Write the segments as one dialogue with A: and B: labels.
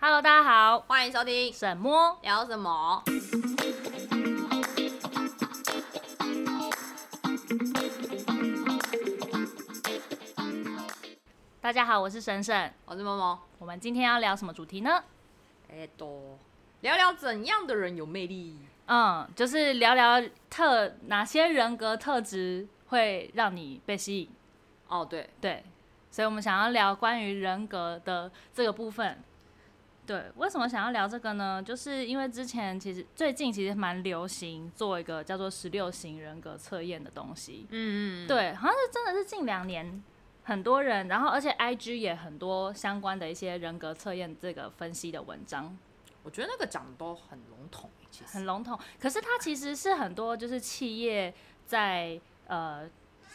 A: Hello，大家好，
B: 欢迎收听
A: 沈摸
B: 聊什么？
A: 大家好，我是沈沈。
B: 我是某某。
A: 我们今天要聊什么主题呢？
B: 哎，都聊聊怎样的人有魅力？
A: 嗯，就是聊聊特哪些人格特质会让你被吸引。
B: 哦，对，
A: 对，所以我们想要聊关于人格的这个部分。对，为什么想要聊这个呢？就是因为之前其实最近其实蛮流行做一个叫做十六型人格测验的东西。
B: 嗯嗯，
A: 对，好像是真的是近两年很多人，然后而且 IG 也很多相关的一些人格测验这个分析的文章，
B: 我觉得那个讲的都很笼统，其实
A: 很笼统。可是它其实是很多就是企业在呃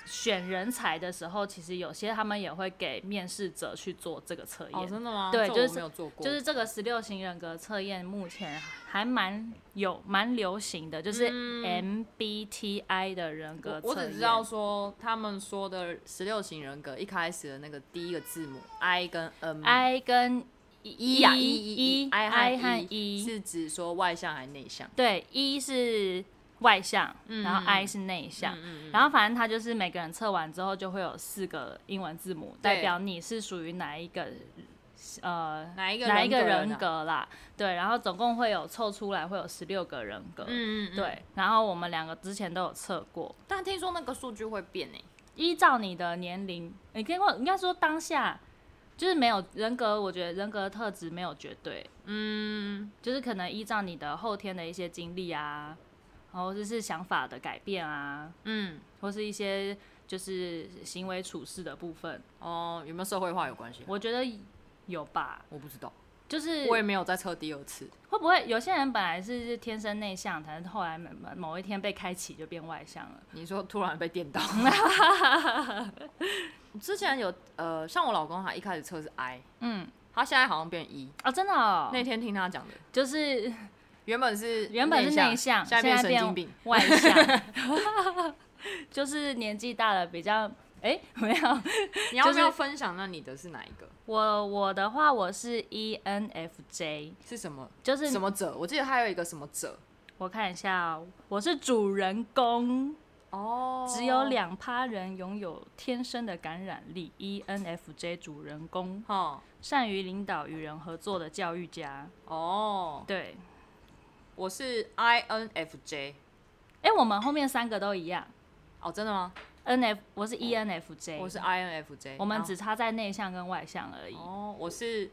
A: 选人才的时候，其实有些他们也会给面试者去做这个测验。
B: 哦，真的吗？
A: 对
B: 这
A: 就
B: 我
A: 是
B: 没有做过，
A: 就是这个十六型人格测验，目前还蛮有蛮流行的，就是
B: 嗯
A: MBTI 的人格
B: 我
A: 测验。
B: 我只知道说他们说的十六型人格一开始的那个第一个字母 I 跟 N
A: I 跟
B: E 呀 E E
A: I
B: I
A: 和
B: 和 E 是指说外向还是内向？
A: 对，一是外向，
B: 嗯
A: 然后
B: 嗯
A: I 是内向，
B: 嗯嗯
A: 然后反正它就是每个人测完之后就会有四个英文字母，代表你是属于哪一个呃
B: 哪一个
A: 哪一个
B: 人
A: 人
B: 格
A: 格
B: 啊？
A: 啦。对，然后总共会有凑出来会有十六个人格，
B: 嗯嗯，嗯，
A: 对，然后我们两个之前都有测过。
B: 但听说那个数据会变诶。
A: 依照你的年龄，你可以问，应该说当下就是没有人格，我觉得人格特质没有绝对，
B: 嗯，
A: 就是可能依照你的后天的一些经历啊，然后就是想法的改变啊，
B: 嗯，
A: 或是一些就是行为处事的部分，
B: 哦，有没有社会化有关系？
A: 我觉得有吧。
B: 我不知道，
A: 就是
B: 我也没有再测第二次。
A: 会不会有些人本来是天生内向，但是后来某某一天被开启就变外向了？
B: 你说突然 被电到，之前有呃，像我老公他一开始测是 I，
A: 嗯，
B: 他现在好像变 E。
A: 哦，真的、哦，
B: 那天听他讲的，
A: 就是
B: 原本是
A: 原本是内向，
B: 现在
A: 变
B: 变神经病。
A: 外向， 就是年纪大了比较。哎、没有，
B: 你要
A: 就
B: 不
A: 是
B: 要分享？那你的是哪一个？
A: 我我的话我是 E N F J，
B: 是什么？
A: 就是
B: 什么者？我记得还有一个什么者
A: 我看一下哦、我是主人公，
B: 哦
A: 只有两趴人拥有天生的感染力，ENFJ E 主人公，
B: 哦
A: 善于领导与人合作的教育家。
B: 哦，
A: 对，
B: 我是 INFJ
A: 哎、我们后面三个都一样
B: 哦，真的吗？
A: ，NF 我是 E ENFJ，
B: 哦我是 INFJ，
A: 我们
B: 然后
A: 只差在内向跟外向而已。
B: 啊哦，我是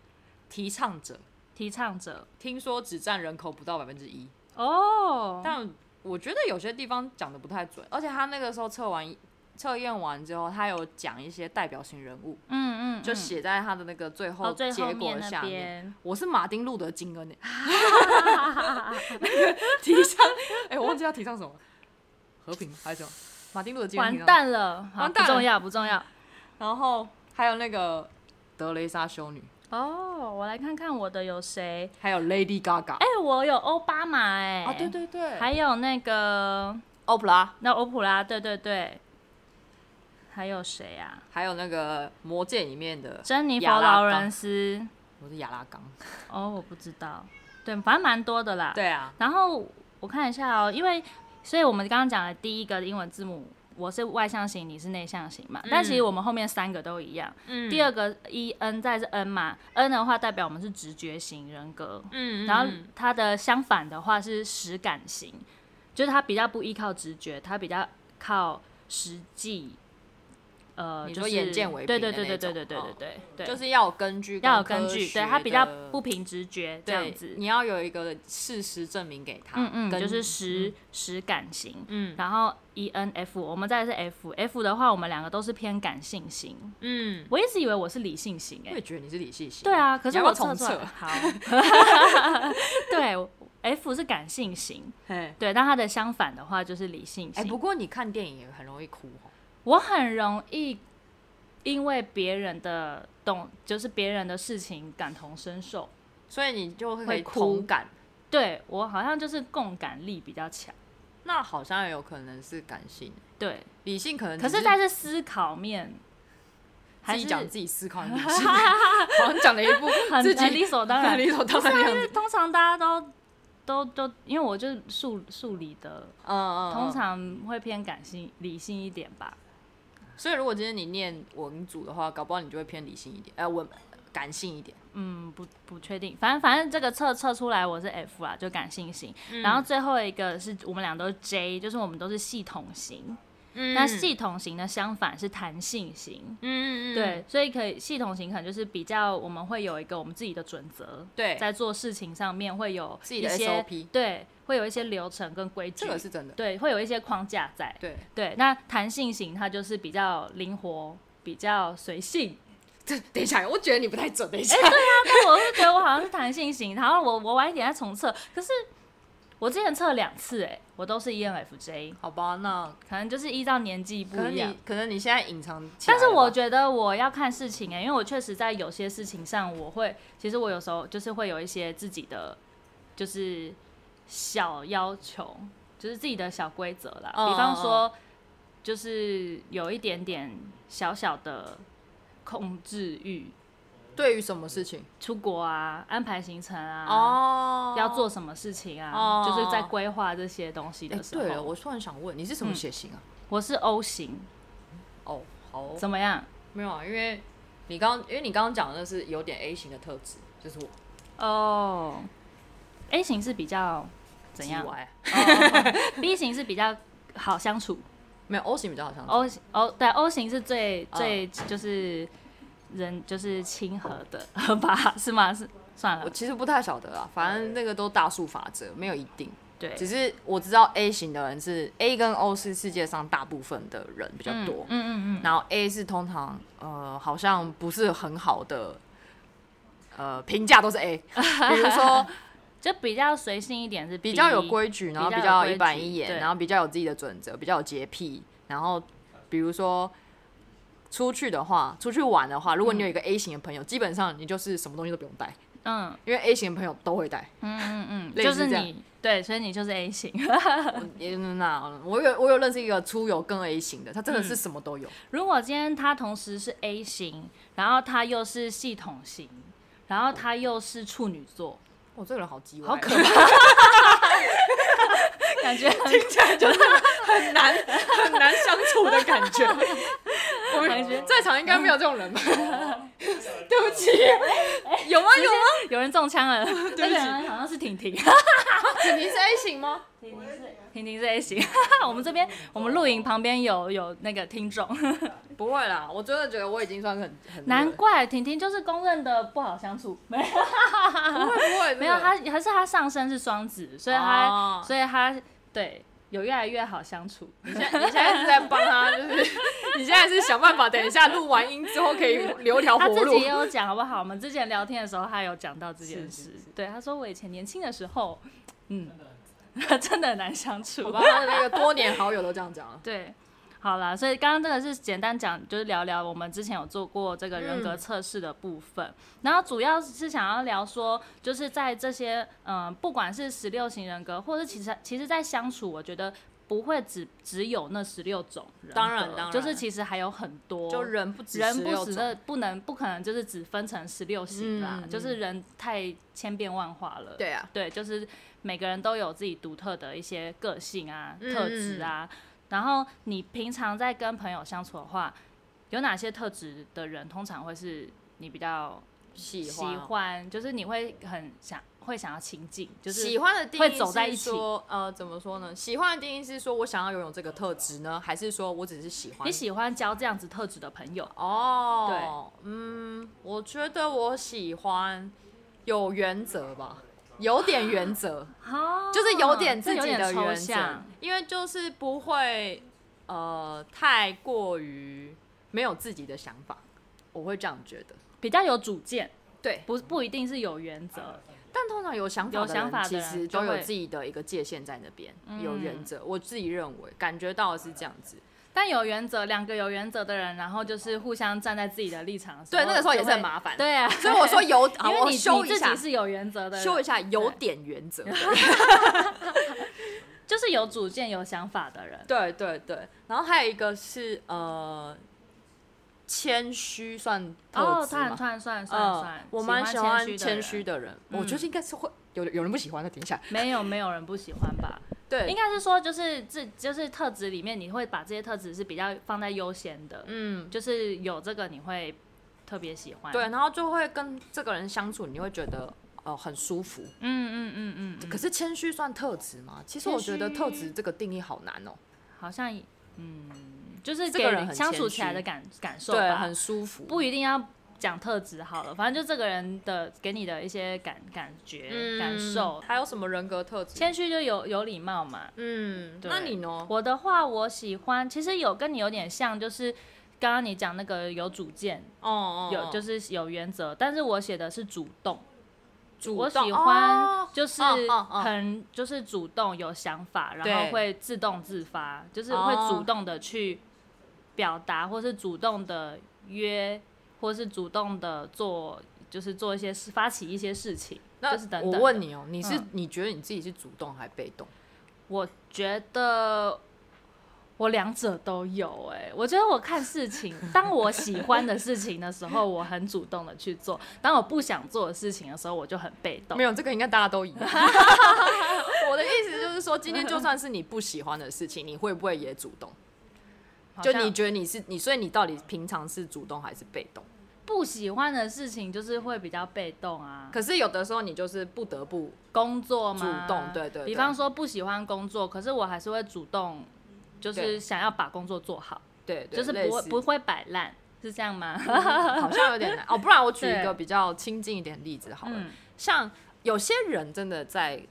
B: 提倡者，
A: 提倡者
B: 听说只占人口不到百分之一，
A: 哦，
B: 但我觉得有些地方讲的不太准，而且他那个时候测完测验完之后，他有讲一些代表型人物，
A: 嗯嗯，
B: 就
A: 嗯
B: 写在他的那个最后
A: 哦最后
B: 结果
A: 面
B: 的
A: 那
B: 下面。
A: 边，
B: 我是马丁路德金 恩诶，欸提倡哎、我忘记要提倡什么，和平还是什么？马丁路德金恩
A: 完
B: 提倡，
A: 蛋了，好
B: 完
A: 不
B: 蛋
A: 重
B: 了
A: 要不重要。
B: 然后还有那个德雷莎修女，
A: 哦，我来看看我的有谁？
B: 还有 Lady Gaga，
A: 哎、我有奥巴马哎、
B: 啊，对对对，
A: 还有那个
B: 欧普拉，
A: 那欧普拉，对对对，还有谁啊？
B: 还有那个《魔戒》里面的，
A: 珍妮佛
B: 亚
A: ·
B: 拉冈
A: 劳伦斯，
B: 我是亚拉 冈。
A: 哦，我不知道，对，反正蛮多的啦。
B: 对啊，
A: 然后我看一下哦，因为所以我们刚刚讲的第一个英文字母，我是外向型，你是内向型嘛，但其实我们后面三个都一样。
B: 嗯
A: 第二个 E N 再是 N 嘛，N 的话代表我们是直觉型人格，
B: 嗯
A: 然后它的相反的话是实感型，就是它比较不依靠直觉，它比较靠实际。呃，
B: 你
A: 就
B: 说
A: 是
B: 眼见为
A: 对对
B: 凭的
A: 对对
B: 那
A: 对对
B: 种
A: 对
B: 哦
A: 对对对，
B: 就是要有根据，
A: 要有根据，对它比较不
B: 这
A: 凭直觉这样子。
B: 你要有一个事实证明给他，
A: 嗯嗯，
B: 跟
A: 就是实实感型。
B: 嗯
A: 然后 E N F，我们再来是 F，F 的话我们两个都是偏感性型。
B: 嗯，
A: 我一直以为我是理性型、欸，
B: 我也觉得你是理性型，
A: 对，啊，可是
B: 你要不
A: 我
B: 要重
A: 测出来
B: 测
A: 好， 对我，F 是感性型，
B: 哎
A: 对，但它的相反的话就是理性型。
B: 哎，不过你看电影也很容易哭哦，
A: 我很容易因为别人的懂，就是别人的事情感同身受，
B: 所以你就可
A: 会
B: 以
A: 哭
B: 同感。
A: 对我好像就是共感力比较强，
B: 那好像有可能是感性，
A: 对。
B: 理性可能
A: 可
B: 只
A: 是，但是思考面，
B: 自
A: 还
B: 己
A: 是
B: 讲自己思考 的东西，好像讲了一部
A: 很
B: 自己
A: 很理所当然啊
B: 很。理所当然的样
A: 因
B: 子。
A: 为通常大家都都都，因为我就是数数理的，
B: 嗯嗯，嗯
A: 通。常会偏感性理性一点吧。
B: 所以如果今天你念文组的话，搞不好你就会偏理性一点，呃，文感性一点。
A: 嗯，不不确定，反正反正这个测测出来我是 F 啦，就感性型。然后
B: 嗯
A: 最后一个是我们俩都是 J，就是我们都是系统型。
B: 嗯
A: 那系统型的相反是弹性型。
B: 嗯嗯嗯
A: 对，所以可以系统型可能就是比较，我们会有一个我们自己的准则，
B: 对，
A: 在做事情上面会有
B: 自己
A: 一
B: 的
A: 些
B: SOP，
A: 对，会有一些流程跟规矩
B: 这，个是真的。
A: 对，会有一些框架在。
B: 对，
A: 对，那弹性型它就是比较灵活，比较随性。
B: 这等一下，我觉得你不太准。等一下，
A: 但我是觉得我好像是弹性型，然后我我晚一点再重测。可是我之前测了两次、哎，我都是 ENFJ，
B: 好吧，那
A: 可能就是依照年纪不
B: 可能
A: 一样
B: 你。可能你现在隐藏起
A: 但
B: 来了吧，
A: 是我觉得我要看事情哎、因为我确实在有些事情上，我会其实我有时候就是会有一些自己的就是小要求，就是自己的小规则啦。
B: 嗯
A: 比方说，就是有一点点小小的控制欲，
B: 对于什么事情
A: 出国啊，安排行程啊，
B: 哦
A: 要做什么事情啊，
B: 哦
A: 就是在规划这些东西
B: 哎
A: 的时候。
B: 对了，我突然想问，你是什么
A: 嗯
B: 血型啊？
A: 我是 O 型，
B: 哦，好哦，
A: 怎么样？
B: 没有啊，因为你刚因为你刚刚讲的是有点 A 型的特质，就是我
A: 哦、a 型是比较怎样哦
B: G Y 啊
A: B 型是比较好相处
B: 没有 O 型比较好像
A: ，O 型 O 对 O 型是最
B: 嗯
A: 最就是人就是亲和的 吧？是吗？是算
B: 我
A: 了，
B: 其实不太晓得啊，反正那个都大数法则，没有一定。
A: 对，
B: 只是我知道 A 型的人是 A 跟 O 是世界上大部分的人比较
A: 嗯
B: 多，
A: 嗯嗯嗯，
B: 然后 A 是通常呃好像不是很好的，呃评价都是 A，比如说
A: 就比较随性一点是 B,
B: 比较有规矩，然后
A: 比
B: 比
A: 较有
B: 较
A: 规矩
B: 一板一眼，
A: 对
B: 然后比较有自己的准则，比较有洁癖，然后比如说。出去的话，出去玩的话，如果你有一个 A 型的朋友，基本上你就是什么东西都不用带，
A: 嗯
B: 因为 A 型的朋友都会带。
A: 嗯嗯嗯，
B: 类
A: 就
B: 似
A: 是
B: 这样
A: 你对，所以你就是 A 型。
B: 嗯那我有我有认识一个出游更 A 型的，他真的是什么都有。
A: 如果今天他同时是 A 型，然后他又是系统型，然后他又是处女座，
B: 我、这个人好鸡歪，
A: 好可怕， 感觉很
B: 听起来就是很难很难相处的感觉。我
A: 感觉
B: 们在场应该没有这种人 吧？对不起，有吗？有吗？
A: 有人中枪了，那个
B: 起
A: 人好像是婷 婷，
B: 婷婷是 A 型吗？
A: 婷婷是婷婷是 A 型， 我们这边我们录影旁边有有那个听众，
B: 不会啦，我真的觉得我已经算是很很
A: 难
B: 怪，
A: 怪婷婷就是公认的不好相处，没有
B: 不会不会，
A: 没有，她还是她上身是双子，所以她、
B: 他
A: 所以她对有越来越好相处，
B: 你现在你现在是在帮他，就是 你现在是想办法，等一下录完音之后可以留条
A: 他
B: 活
A: 自
B: 路
A: 己也。有讲好不好？我们之前聊天的时候，他有讲到这件
B: 是
A: 事。
B: 是是
A: 对，他说我以前年轻的时候，嗯，真的很难相
B: 好
A: 处。
B: 吧，他的那个多年好友都这样讲 了。
A: 对，好啦，所以刚刚这个是简单讲，就是聊聊我们之前有做过这个人格
B: 嗯
A: 测试的部分，然后主要是想要聊说，就是在这些嗯、呃不管是十六型人格，或者其实其实在相处，我觉得。不会只只有那十六种人格，
B: 当然当然
A: 就是其实还有很多，
B: 就人不止
A: 人不
B: 16
A: 止
B: 种
A: 那不能不可能就是只分成十六型啦，
B: 嗯
A: 就是人太千变万化了。
B: 对啊，
A: 就是每个人都有自己独特的一些个性啊、
B: 嗯
A: 特质啊。然后你平常在跟朋友相处的话，有哪些特质的人通常会是你比较
B: 喜
A: 喜欢？就是你会很想会想要亲近，就是
B: 喜欢的定义
A: 会
B: 是
A: 走在一起
B: 说呃，怎么说呢？喜欢的定义是说我想要拥有这个特质呢，还是说我只是喜欢
A: 你？喜欢交这样子特质的朋友。
B: 哦，对，嗯，我觉得我喜欢有原则吧，有点原则，
A: 哦
B: 就是有点自己的
A: 抽
B: 原则
A: 象，，
B: 因为就是不会呃太过于没有自己的想法，我会这样觉得。
A: 比较有主见，
B: 对，嗯
A: 不不一定是有原则。
B: 但通常有想法
A: 有想法的
B: 其
A: 人
B: 实
A: 就
B: 都有
A: 会
B: 自己的一个界限在那边，有
A: 嗯
B: 原则。我自己认为感觉到的是这样 子。
A: 但有原则，两个有原则的人，然后就是互相站在自己的立场的时候，
B: 对，那个时候也是
A: 就
B: 很
A: 会
B: 麻烦。
A: 对啊，
B: 所 以我说有，啊、
A: 因为
B: 我
A: 你
B: 修
A: 你
B: 一
A: 自
B: 下
A: 己，是有原则的人，
B: 修一下有点原则。
A: 就是有主见、有想法的人。
B: 对对对，然后还有一个是呃，谦虚算特
A: 哦，
B: 质
A: 算
B: 吗？
A: 算算算
B: 嗯
A: 算，，
B: 我蛮喜
A: 喜
B: 欢
A: 谦
B: 谦
A: 虚
B: 虚
A: 的
B: 的人，
A: 嗯
B: 我觉得应该是会有有人不喜欢的，等一下，
A: 人，没有没有人不喜欢吧？应
B: 对，
A: 该是说就是自就是特质里面，你会把这些特质是比较放在优先的，
B: 嗯，
A: 就是有这个你会特别喜欢。
B: 对，，然后就会跟这个人相处，你会觉得呃很舒服。
A: 嗯嗯嗯嗯嗯，
B: 可是谦虚算特质吗？其实
A: 谦
B: 我觉得特
A: 虚
B: 质这个定义好难哦、
A: 好像嗯，就是
B: 这
A: 给
B: 个人
A: 人
B: 很
A: 相处
B: 谦
A: 起来
B: 虚
A: 的感感受
B: 对，
A: 吧，
B: 很舒服。
A: 不一定要讲特质好了，反正就这个人的给你的一些感感觉、嗯
B: 嗯
A: 感受。
B: 还有什么人格特质？
A: 谦虚就有有礼貌嘛。
B: 嗯，
A: 对
B: 那你呢？
A: 我的话，我喜欢，其实有跟你有点像，就是刚刚你讲那个有主见，
B: 哦哦
A: 有就是是有原则，但是我写的是主动。
B: 主
A: 我
B: 动
A: 喜欢
B: 哦
A: 就是
B: 哦哦哦
A: 很就是主动有想法，然后
B: 对
A: 会自动自发，就是
B: 哦
A: 会主动的去表达，或是主动的约，或是主动的做，就是做一些事，发起一些事情，
B: 那
A: 就是等等
B: 我
A: 的。
B: 问你哦、你是、
A: 嗯
B: 你觉得你自己是主动还被动？
A: 我觉得我两者都有哎、我觉得我看事情，当我喜欢的事情的时候，我很主动的去做；当我不想做的事情的时候，我就很被动
B: 没。有，这个应该大家都一样。 我的意思就是说，今天就算是你不喜欢的事情，你会不会也主动？
A: 好
B: 就
A: 像
B: 你觉得你是你，所以你到底平常是主动还是被动？
A: 不喜欢的事情，就是会比较被动啊。
B: 可是有的时候你就是不得不
A: 工作嘛，
B: 主动对对对
A: 比方说不喜欢工作，可是我还是会主动，就是
B: 对
A: 想要把工作做好，
B: 对，对
A: 就是
B: 类
A: 不会
B: 似
A: 不会摆烂，是这样吗？
B: 好像有点难哦。不然我举一
A: 对
B: 个比较亲近一点的例子好了，
A: 嗯
B: 像有些人真的在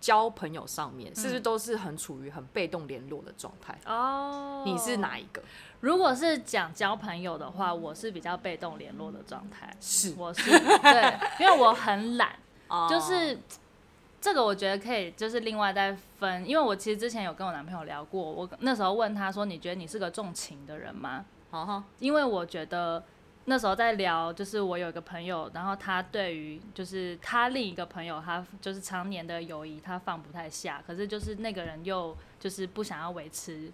B: 交朋友上面，是不是
A: 嗯
B: 都是很处于很被动联络的状态？
A: 哦
B: 你是？哪一个？
A: 如果是讲交朋友的话，我是比较被动联络的状态，
B: 是，
A: 我是对， 因为我很懒，
B: 哦
A: 就是这个我觉得可以，就是另外再分，因为我其实之前有跟我男朋友聊过，我那时候问他说，你觉得你是个重情的人吗？
B: 好哈，
A: 因为我觉得那时候在聊，就是我有一个朋友，然后他对于就是他另一个朋友，他就是常年的友谊，他放不太下，可是就是那个人又就是不想要维持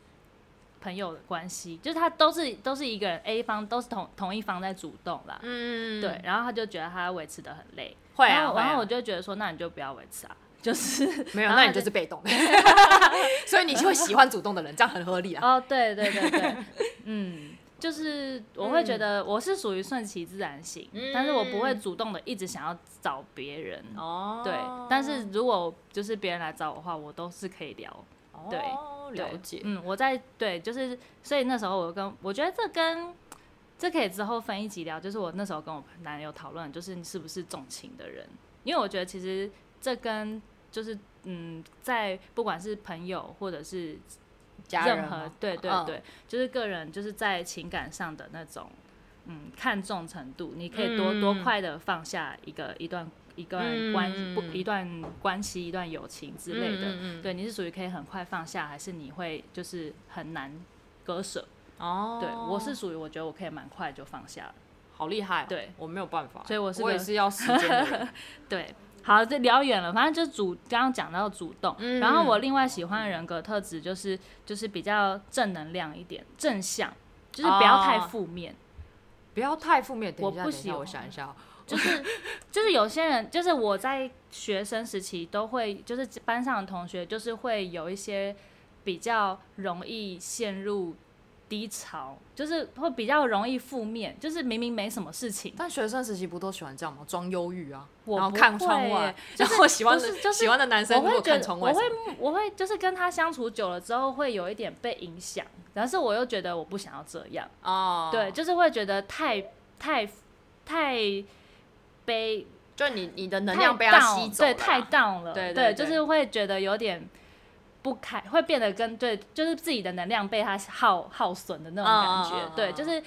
A: 朋友的关系，就是他都是都是一个人 A 方都是同同一方在主动啦，
B: 嗯，
A: 对，，然后他就觉得他维持的很累，
B: 会啊
A: 然后
B: 会啊
A: 然后我就觉得说，那你就不要维持啊，就是
B: 没有，
A: 然后他
B: 那你就
A: 就是
B: 被动， 所以你就会喜欢主动的人，这样很合理啊。
A: 哦，对对对 对，嗯，就是我会觉
B: 嗯
A: 得我是属于顺其自然型，但是我不会主动的一直想要找别人。
B: 哦
A: 对，但是如果就是别人来找我的话，我都是可以聊。对
B: 哦
A: 对
B: 了解，
A: 嗯，我在对，就是所以那时候我跟我觉得这跟这可以之后分一集聊，就是我那时候跟我男友讨论，就是你是不是重情的人，因为我觉得其实这跟就是嗯，在不管是朋友或者是
B: 家人
A: 任何
B: 吗
A: 对对
B: 嗯
A: 对，就是个人就是在情感上的那种嗯看重程度，你可以多、多
B: 嗯
A: 快的放下一个一段一段关、不一段关系一段友情之类的，
B: 嗯嗯嗯
A: 对，你是属于可以很快放下，还是你会就是很难割舍？
B: 哦，
A: 对我是属于我觉得我可以蛮快就放下了，
B: 好厉害哦，
A: 对
B: 我没有办法，
A: 所以我是
B: 我也
A: 个
B: 是要时间的 人，
A: 对。好，这聊远了，反正就主刚刚讲到主动，
B: 嗯
A: 然后我另外喜欢的人格特质就是就是比较正能量一点，正向，就是不要太
B: 哦
A: 负面。
B: 不要太负面。等
A: 我
B: 一下，
A: 不
B: 等一
A: 喜
B: 下，我
A: 欢
B: 想一下哦，
A: 就是就是有些人，就是我在学生时期都会，就是班上的同学，就是会有一些比较容易陷入低潮，就是会比较容易负面，就是明明没什么事情，
B: 但学生时期不都喜欢这样吗？装忧郁啊，
A: 我
B: 然后
A: 不
B: 哦看窗
A: 会
B: 外
A: 耶，
B: 然后喜欢的、
A: 不是就是
B: 喜欢的男生
A: 我
B: 如果
A: 会觉
B: 看
A: 得
B: 窗
A: 我
B: 外什
A: 会
B: 么，
A: 我会就是跟他相处久了之后，会有一点被影响，但是我又觉得我不想要这样，
B: 哦，
A: 对，，就是会觉得太太太悲
B: 就你你的能
A: 太
B: 量被他
A: down，
B: 吸走了
A: 对，
B: 啦，
A: 太 down 了，
B: 对对对
A: 就是会觉得有点不开，会变得跟对，就是自己的能量被他耗耗损的那种感觉，
B: 嗯嗯嗯嗯
A: 对，
B: 嗯
A: 就是。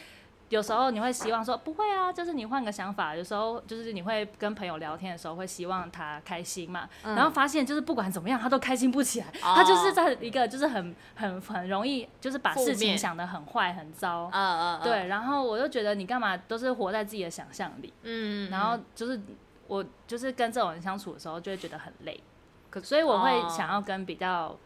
A: 有时候你会希望说不会啊，就是你换个想法。有时候就是你会跟朋友聊天的时候，会希望他开心嘛，
B: 嗯
A: 然后发现就是不管怎么样，他都开心不起来。
B: 哦
A: 他就是在一个就是很很很容易就是把
B: 负
A: 事情
B: 面
A: 想得很坏很糟
B: 嗯，。嗯嗯，
A: 对，然后我就觉得你干嘛都是活在自己的想象里。
B: 嗯，嗯，
A: 然后就是我就是跟这种人相处的时候，就会觉得很累，
B: 可
A: 所以我会
B: 哦
A: 想要跟比较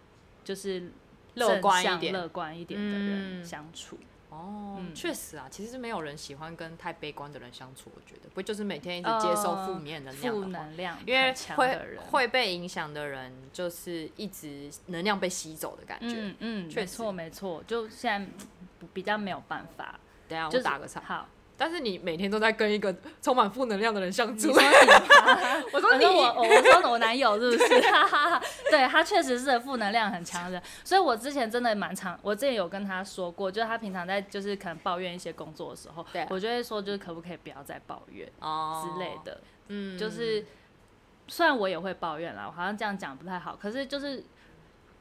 A: 就是
B: 乐观一
A: 正向
B: 点
A: 乐观一点的人
B: 嗯
A: 相处。
B: 嗯哦，
A: 嗯
B: 确实啊，其实没有人喜欢跟太悲观的人相处，我觉得不就是每天一直接受负面能量
A: 负
B: 的话，
A: 能量
B: 因为
A: 很强的
B: 会
A: 人，
B: 会被影响的人，就是一直能量被吸走的感觉。
A: 嗯嗯，
B: 确
A: 没错
B: 实
A: 没错，就现在嗯比较没有办法，
B: 等一下
A: 就
B: 我
A: 是
B: 打个岔，
A: 好，
B: 但是你每天都在跟一个充满负能量的人相
A: 你
B: 处
A: 说，你
B: 我说
A: 我
B: 你
A: 说我我我说我男友是不 是？哈哈哈，对他确实是负能量很强的人，所以我之前真的蛮常，我之前有跟他说过，就是他平常在就是可能抱怨一些工作的时候，
B: 对啊
A: 我就会说就是可不可以不要再抱怨
B: 哦
A: 之类，的，
B: 嗯
A: 就是虽然我也会抱怨啦，我好像这样讲不太好，可是就是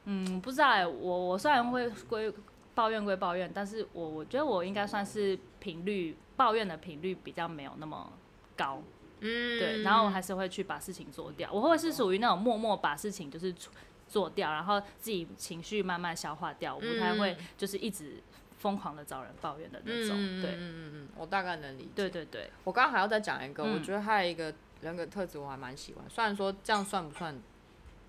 A: 嗯，不知道、欸、我我虽然会归抱怨归抱怨，但是我我觉得我应该算是频率抱怨的频率比较没有那么高。
B: 嗯
A: 对，然后我还是会去把事情做掉。我会是属于那种默默把事情就是处做掉，然后自己情绪慢慢消化掉，我不太会就是一直疯狂的找人抱怨的那种。
B: 嗯嗯
A: 对，
B: 嗯嗯，我大概能理解。
A: 对对对，
B: 我刚刚还要再讲一个，
A: 嗯
B: 我觉得还有一个人格特质我还蛮喜欢，虽然说这样算不算，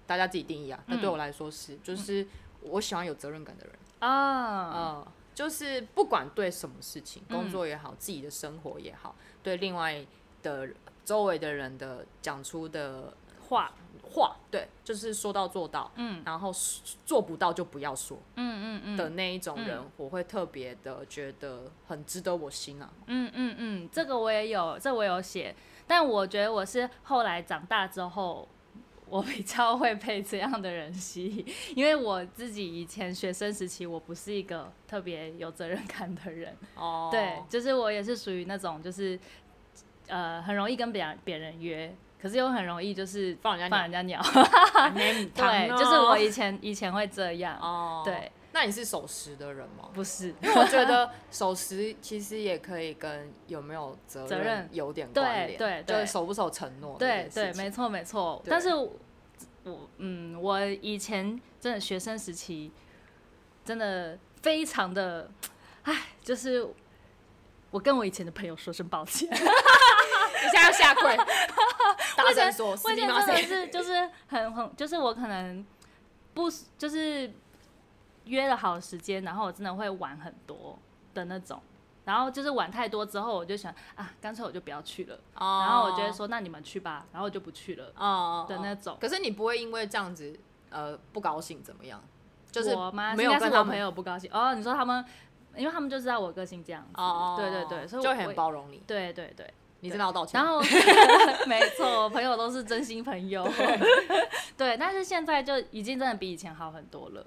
B: 大家自己定义啊，
A: 嗯
B: 但对我来说是，就是我喜欢有责任感的人，
A: 啊，
B: 嗯、就是不管对什么事情，
A: 嗯
B: 工作也好，自己的生活也好，对另外的周围的人的讲出的
A: 话，
B: 话，对，就是说到做到，
A: 嗯
B: 然后做不到就不要说
A: 嗯嗯嗯，
B: 的那一种人，
A: 嗯
B: 我会特别的觉得很值得我心啊，
A: 嗯嗯嗯，这个我也有，这我有写，但我觉得我是后来长大之后。我比较会被这样的人吸引，因为我自己以前学生时期，我不是一个特别有责任感的人，
B: 哦
A: 对，就是我也是属于那种就是呃很容易跟别人别人约，可是又很容易就是
B: 放人家
A: 放
B: 鸟
A: 人家鸟。
B: 对
A: 对，就是我以前以前会这样。
B: 哦，
A: 对，
B: 那你是守时的人吗？
A: 不 是，
B: 因为我觉得守时其实也可以跟有没有责
A: 责
B: 任
A: 任
B: 有点
A: 对
B: 关联，
A: 对
B: 就是
A: 对
B: 守不守承诺这
A: 对
B: 件事
A: 对
B: 情，，
A: 没错没错。
B: 对
A: 但是我我嗯，我以前真的学生时期真的非常的，唉，就是我跟我以前的朋友说声抱歉。
B: 你现在要下跪，大声说，
A: 我以
B: 斯蒂
A: 前
B: 马
A: 真的
B: 塞
A: 是就是很很就是我可能不就是约了好时间，然后我真的会玩很多的那种，然后就是玩太多之后，我就想啊，干脆我就不要去了，然后我就会，说那你们去吧，然后我就不去了
B: 哦
A: 的那种。
B: 可是你不会因为这样子呃不高兴怎么样？就是
A: 我妈
B: 没
A: 应
B: 有
A: 该
B: 跟
A: 是
B: 他
A: 我
B: 们
A: 朋友不高兴哦，你说他们，因为他们就知道我个性这样子，
B: 哦，
A: 对对对，所以
B: 就
A: 我
B: 很
A: 我
B: 包容你，
A: 对对对，
B: 你真的要道歉
A: 然。 后，没错，我朋友都是真心朋友， 对，但是现在就已经真的比以前好很多了，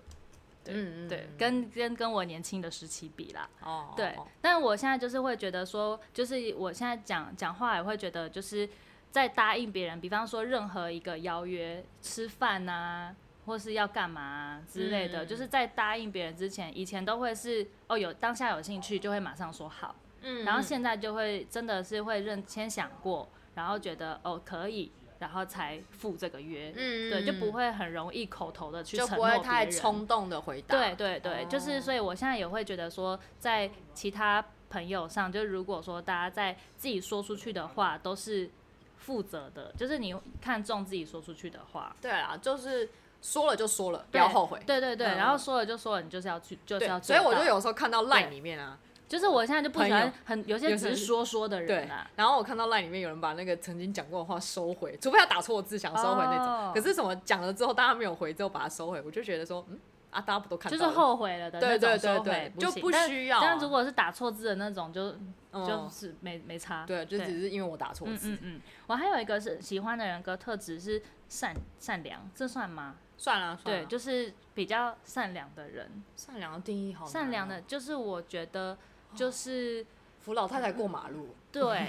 A: 对
B: 嗯
A: 对，跟跟跟我年轻的时期比啦，
B: 哦
A: 对，但我现在就是会觉得说，就是我现在讲讲话也会觉得，就是在答应别人，比方说任何一个邀约，吃饭呐、或是要干嘛、啊、之类的，
B: 嗯
A: 就是在答应别人之前，以前都会是哦有当下有兴趣就会马上说好。
B: 嗯
A: 然后现在就会真的是会认先想过，然后觉得哦可以，然后才赴这个约，
B: 嗯
A: 对，就不会很容易口头的去
B: 就
A: 承
B: 不
A: 诺
B: 会
A: 别
B: 太
A: 人
B: 冲动的回答，
A: 对对对，就是
B: 哦
A: 所以我现在也会觉得说，在其他朋友上，就如果说大家在自己说出去的话都是负责的，就是你看重自己说出去的话。
B: 对啊，就是说了就说了，不要
A: 对
B: 后悔。
A: 对对对，
B: 嗯
A: 然后说了就说了，你就是要去，就是要
B: 对，
A: 做
B: 所以我
A: 到
B: 就有时候看到 LINE
A: 对
B: 里面啊，
A: 就是我现在就不喜
B: 朋
A: 欢
B: 友
A: 很有些
B: 有些
A: 只是说说的
B: 对
A: 人啊，，
B: 然后我看到 LINE 里面有人把那个曾经讲过的话收回，除非他打错字想收回那种
A: 哦，
B: 可是什么讲了之后大家没有回，之后把它收回，我就觉得说，嗯，啊，大家不都看
A: 就
B: 到
A: 是
B: 了？
A: 后悔了的那
B: 对
A: 种
B: 对
A: 收
B: 对
A: 回
B: 对，，就
A: 行
B: 不
A: 但
B: 需要啊。
A: 但如果是打错字的那种就，
B: 嗯
A: 就是没没差。
B: 对，就只是因为我打错
A: 嗯
B: 字
A: 嗯，嗯。我还有一个是喜欢的人格特质是善善良，这算吗？
B: 算了，算
A: 嗯对，
B: 了
A: 就是比较善良的人。
B: 善良的定义好难哦，
A: 善良的，就是我觉得就是、
B: 扶老太太过马路，
A: 对，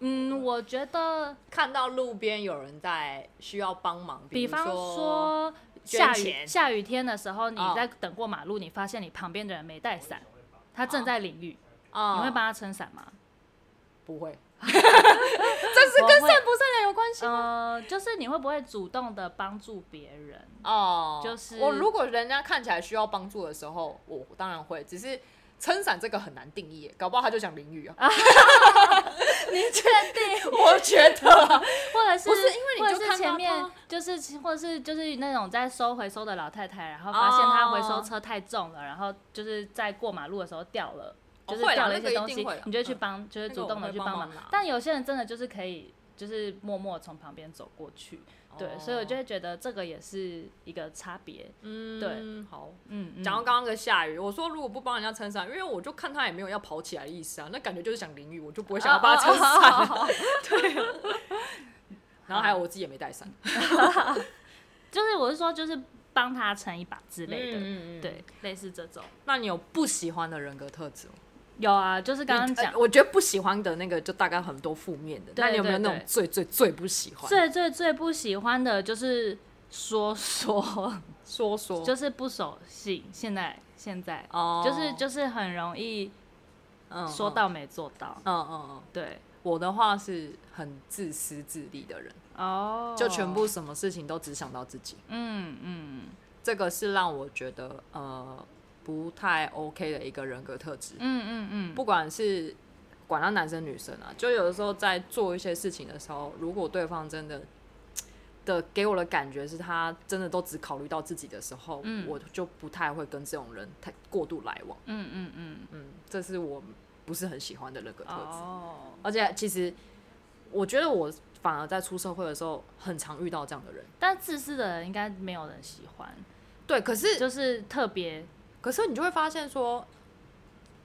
A: 嗯，我觉得，
B: 看到路边有人在需要帮忙，
A: 比
B: 方
A: 方
B: 说
A: 说
B: 捐
A: 下雨
B: 钱
A: 下雨天的时候，你
B: 哦
A: 在等过马路，你发现你旁边的人没带伞，他正在淋雨，
B: 啊，
A: 你会帮他撑伞吗？
B: 不会，
A: 这是跟善
B: 不善良有关系
A: 呃，就是你会不会主动的帮助别人？
B: 哦，
A: 就是
B: 我如果人家看起来需要帮助的时候，我当然会，只是撑伞这个很难定义，搞不好他就想淋雨 啊。
A: 你确定？
B: 我觉得，啊
A: 或者是
B: 不是因为你就
A: 或者是
B: 看到
A: 前
B: 他
A: 面就是或者是就是那种在收回收的
B: 哦
A: 老太太，然后发现她回收车太重了，然后就是在过马路的时候掉了。就
B: 哦
A: 是
B: 会啦
A: 掉了
B: 那
A: 些
B: 个一
A: 东
B: 定
A: 西
B: 会啦，
A: 你就会去
B: 嗯
A: 帮，就是
B: 那
A: 主
B: 个
A: 动
B: 我
A: 的
B: 会
A: 去
B: 帮
A: 帮
B: 忙
A: 忙
B: 拿。
A: 但有些人真的就是可以，就是默默从旁边走过去，对，所以我就
B: 哦
A: 会觉得这个也是一个差别。
B: 嗯
A: 对，
B: 好。
A: 嗯，嗯
B: 讲到刚刚的下雨，我说如果不帮人家撑伞，因为我就看他也没有要跑起来的意思啊，那感觉就是想淋雨，我就不会想要帮他撑伞啊。 对啊。然后还有我自己也没带伞
A: 就是我是说，就是帮他撑一把之
B: 之
A: 类的，
B: 类的。
A: 对，
B: 嗯
A: 类似这种。
B: 那你有不喜欢的人格特质吗？
A: 有啊，就是刚刚
B: 你
A: 讲
B: 呃我觉得不喜欢的那个就大概很多负面的。
A: 对
B: 那你有没有
A: 对
B: 那种
A: 对
B: 最最最不喜欢？
A: 最最最不喜欢的就是说说，
B: 说说
A: 就是不守信。现在现在、
B: 哦
A: 就是就是很容易
B: 嗯
A: 说到没做到。
B: 嗯嗯嗯，
A: 对，
B: 我的话是很自私自利的人，
A: 哦，
B: 就全部什么事情都只想到自己，
A: 嗯嗯
B: 这个是让我觉得呃不太 OK 的一个人格特质。
A: 嗯嗯嗯，
B: 不管是管他男生女生啊，就有的时候在做一些事情的时候，如果对方真的的给我的感觉是他真的都只考虑到自己的时候，
A: 嗯
B: 我就不太会跟这种人太过度来往。
A: 嗯嗯嗯，
B: 嗯，这是我不是很喜欢的人格特质。
A: 哦，
B: 而且其实我觉得我反而在出社会的时候，很常遇到这样的人。
A: 但自私的人应该没有人喜欢，
B: 对，可是
A: 就是特别
B: 可是你就会发现说，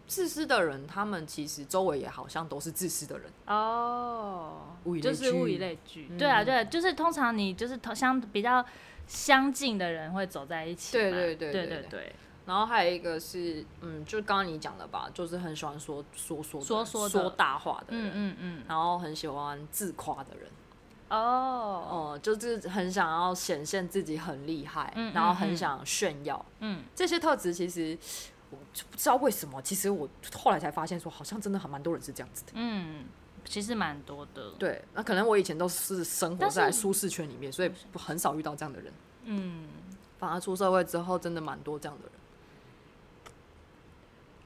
B: 自私的人他们其实周围也好像都是自私的人。
A: 哦
B: 物以，类
A: 就是物以
B: 聚嗯
A: 类聚，对啊对啊，就是通常你就是同相比较相近的人会走在一起嘛，
B: 对对
A: 对
B: 对
A: 对
B: 对然后还有一个是，嗯，就刚刚你讲的吧，就是很喜欢说说说的人
A: 说说
B: 说
A: 的
B: 大话的
A: 嗯
B: 人，
A: 嗯嗯，
B: 然后很喜欢自夸的人，
A: 哦，
B: 哦、就是很想要显现自己很厉害，
A: 嗯嗯
B: 然后很想炫耀。
A: 嗯，
B: 这些特质其实我就不知道为什么，其实我后来才发现说，好像真的还蛮多人是这样子的。
A: 嗯，其实蛮多的，
B: 对，那可能我以前都是生活
A: 但是
B: 在舒适圈里面，所以不很少遇到这样的人。
A: 嗯
B: 反而出社会之后，真的蛮多这样的人。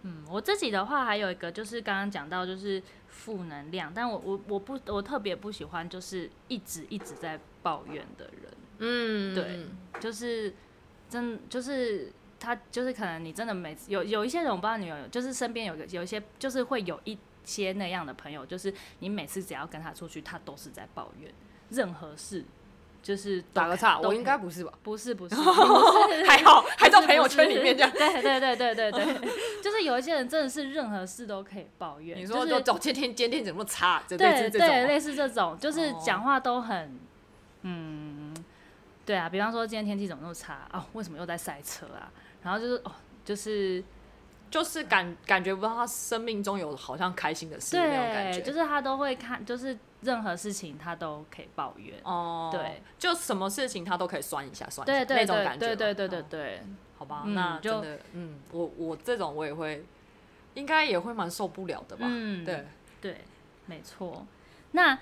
A: 嗯，我自己的话还有一个就是刚刚讲到就是负能量，但我我我不我特别不喜欢就是一直一直在抱怨的人，
B: 嗯
A: 对，就是真就是他就是可能你真的每次有有一些人我不知道你有没有就是身边有个有一些就是会有一些那样的朋友，就是你每次只要跟他出去，他都是在抱怨任何事，就是
B: 打个岔，我应该
A: 不
B: 不是吧？
A: 不是不 是不 是
B: 还好，还
A: 到
B: 在朋友圈里 面这样。
A: 对对对对对对，就是有一些人真的是任何事都可以抱怨，
B: 你说
A: 就
B: 就是走今天今天怎么那么差？这类
A: 对
B: 似这种
A: 对
B: 吗，
A: 类似这种，就是
B: 哦
A: 讲话都很、嗯，对啊，比方说今天天气怎么那么差啊、为什么又在塞车啊？然后就是哦，就是
B: 就是感感觉不到他生命中有好像开心的事那种感
A: 对
B: 觉，，
A: 就是他都会看，就是任何事情他都可以抱怨。
B: 哦，
A: 对，
B: 就什么事情他都可以酸一下，酸一
A: 对
B: 下
A: 对
B: 那种
A: 对
B: 感觉
A: 对
B: 嘛，
A: 对对对
B: 哦
A: 对，
B: 好吧，
A: 嗯
B: 那
A: 就
B: 真的，嗯，我我这种我也会，应该也会蛮受不了的吧，
A: 嗯，
B: 对，
A: 对，没错。那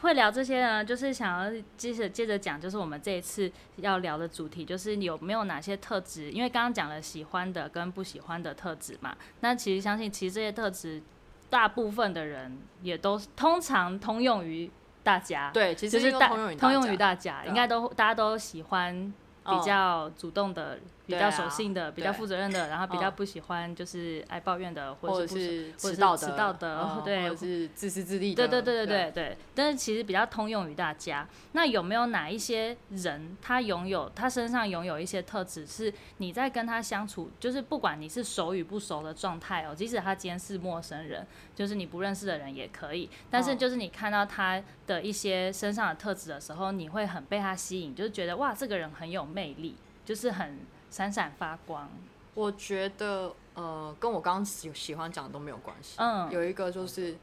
A: 会聊这些呢，就是想要接着接着讲，就是我们这一次要聊的主题，就是有没有哪些特质？因为刚刚讲了喜欢的跟不喜欢的特质嘛，那其实相信其实这些特质，大部分的人也都通常通用于大家，，
B: 对，其
A: 就
B: 实
A: 是
B: 应
A: 大
B: 该通用于
A: 通用
B: 家
A: 于大家，
B: 对啊
A: 应该都大家都喜欢比
B: 嗯
A: 较主动的。比
B: 对
A: 较
B: 啊
A: 守信的，比较
B: 对
A: 负责任的，然后比较
B: 嗯
A: 不喜欢就是爱抱怨的，
B: 或
A: 者
B: 者
A: 不喜
B: 是
A: 或者
B: 迟
A: 是
B: 到
A: 迟
B: 的，
A: 到的哦
B: 嗯
A: 对
B: 或者是自私自利
A: 对
B: 的，
A: 对对对对对，但是其实比较通用于大家。那有没有哪一些人，他拥有他身上拥有一些特质，是你在跟他相处，就是不管你是熟与不熟的状态哦，即使他今天是陌生人，就是你不认识的人也可以，但是
B: 嗯
A: 就是你看到他的一些身上的特质的时候，你会很被他吸引，就是觉得哇，这个人很有魅力，就是很闪闪发光。
B: 我觉得呃，跟我刚刚喜喜欢讲的都没有关系。
A: 嗯
B: 有一个就是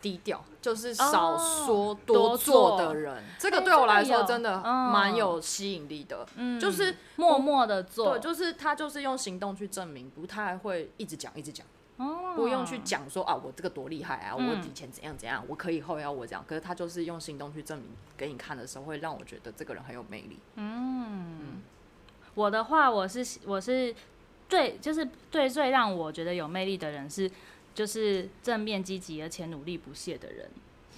B: 低调，就是
A: 哦
B: 少说
A: 多做
B: 做的人，这个对我来说
A: 真
B: 真
A: 的有
B: 的蛮有吸引力的。
A: 嗯，
B: 就是
A: 默默的做，
B: 对，就是他就是用行动去证明，不太会一直讲一直讲，
A: 哦
B: 不用去讲说啊我这个多厉害啊，我
A: 嗯
B: 以前怎样怎样，我可以后要我怎样。可是他就是用行动去证明给你看的时候，会让我觉得这个人很有魅力。
A: 我的话，我是喜我是最就是最最让我觉得有魅力的人是，就是正面积极而且努力不懈的人。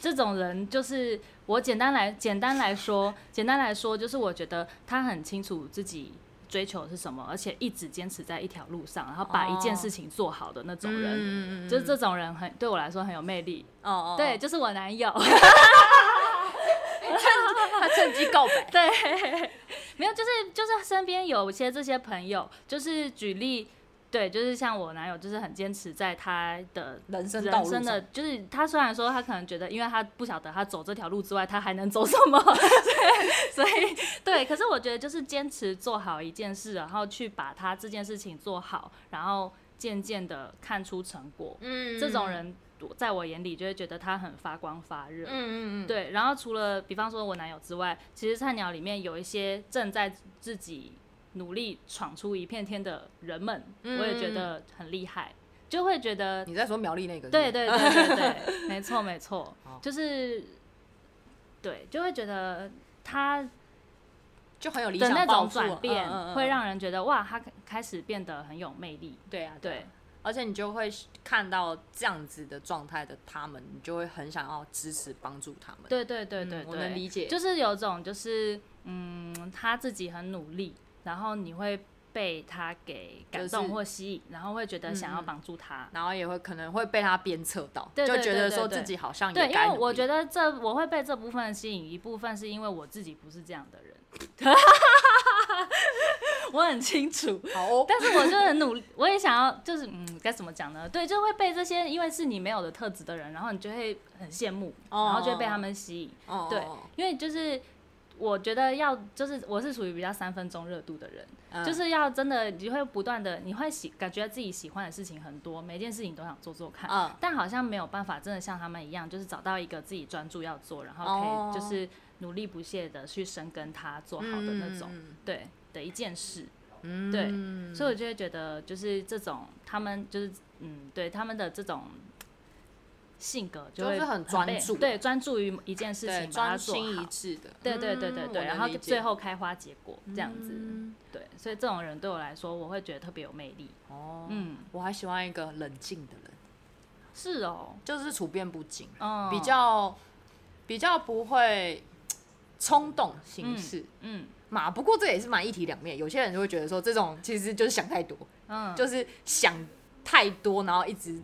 A: 这种人就是我简单来简单来说，简单来说就是我觉得他很清楚自己追求的是什么，而且一直坚持在一条路上，然后把一件事情做好的那种人，
B: 哦嗯
A: 就是这种人很对我来说很有魅力。
B: 哦哦，
A: 对，，就是我男友。
B: 他趁机告 白，
A: 对，没有，就是就是身边有一些这些朋友，就是举例，对，就是像我男友，就是很坚持在他的
B: 人生道
A: 人
B: 路
A: 生的
B: 上，
A: 就是他虽然说他可能觉得，因为他不晓得他走这条路之外，他还能走什 么，所以所以对，可是我觉得就是坚持做好一件事，然后去把他这件事情做好，然后渐渐的看出成果，
B: 嗯
A: 这种，人我在我眼里就会觉得他很发光发热，
B: 嗯嗯嗯，，
A: 对，然后除了比方说我男友之外，其实菜鸟里面有一些正在自己努力闯出一片天的人们，我也觉得很厉害，就会觉得
B: 嗯你在说苗栗那个，
A: 对，对对对对， 没错没错
B: 好，
A: 就是对，就会觉得他
B: 就很有理
A: 的
B: 想
A: 那
B: 抱
A: 种
B: 负
A: 转变
B: 嗯嗯嗯嗯
A: 会让人觉得哇，他开始变得很有魅力，
B: 对啊，啊
A: 对。
B: 而且你就会看到这样子的状态的他们，你就会很想要支持帮助他们。
A: 对对对对对，
B: 嗯我能理解
A: 就是有种就是嗯，他自己很努力，然后你会被他给感
B: 就
A: 动
B: 是嗯
A: 或吸引，然后会觉得想要帮助他。
B: 然后也会可能会被他鞭策到，
A: 对对
B: 就觉得说
A: 对对对
B: 自己好像
A: 对，
B: 也
A: 因
B: 该
A: 为我觉
B: 得
A: 得这我会被这部分吸引，一部分是因为我自己不是这样的人， 我很清楚。
B: 好哦，
A: 但是我就很努力，我也想要，就是嗯，该怎么讲呢？对，就会被这些因为是你没有的特质的人，然后你就会很羡慕，
B: 哦
A: 然后就会被他们吸引。
B: 哦
A: 对，因为就是我觉得要就是我是属于比较三分钟热度的人，
B: 嗯
A: 就是要真的你会不断的，你会喜感觉自己喜欢的事情很多，每件事情都想做做看，
B: 嗯
A: 但好像没有办法真的像他们一样，就是找到一个自己专注要做，然
B: 哦
A: 后可以就是努力不懈的去深耕它做好的那种，
B: 嗯
A: 对的一件事。
B: 嗯
A: 对所以我就会觉得，就是这种他们就是嗯，对他们的这种性格就
B: 就
A: 会
B: 是很
A: 被
B: 专注
A: 对，专注于一件事
B: 对
A: 情，把它
B: 专
A: 做
B: 心一
A: 好。
B: 致的，
A: 对对对对
B: 嗯
A: 对，
B: 我
A: 然
B: 能
A: 后
B: 理解
A: 最后开花结果这样子，
B: 嗯
A: 对，所以这种人对我来说，我会觉得特别有魅力。
B: 哦，
A: 嗯，
B: 我还喜欢一个冷静的人，
A: 是哦，
B: 就是处变不惊，
A: 嗯，
B: 比较比较不会冲动行事。
A: 嗯
B: 嘛，不过这也是蛮一体两面。有些人就会觉得说，这种其实就是想太多，
A: 嗯，
B: 就是想太多，然后一直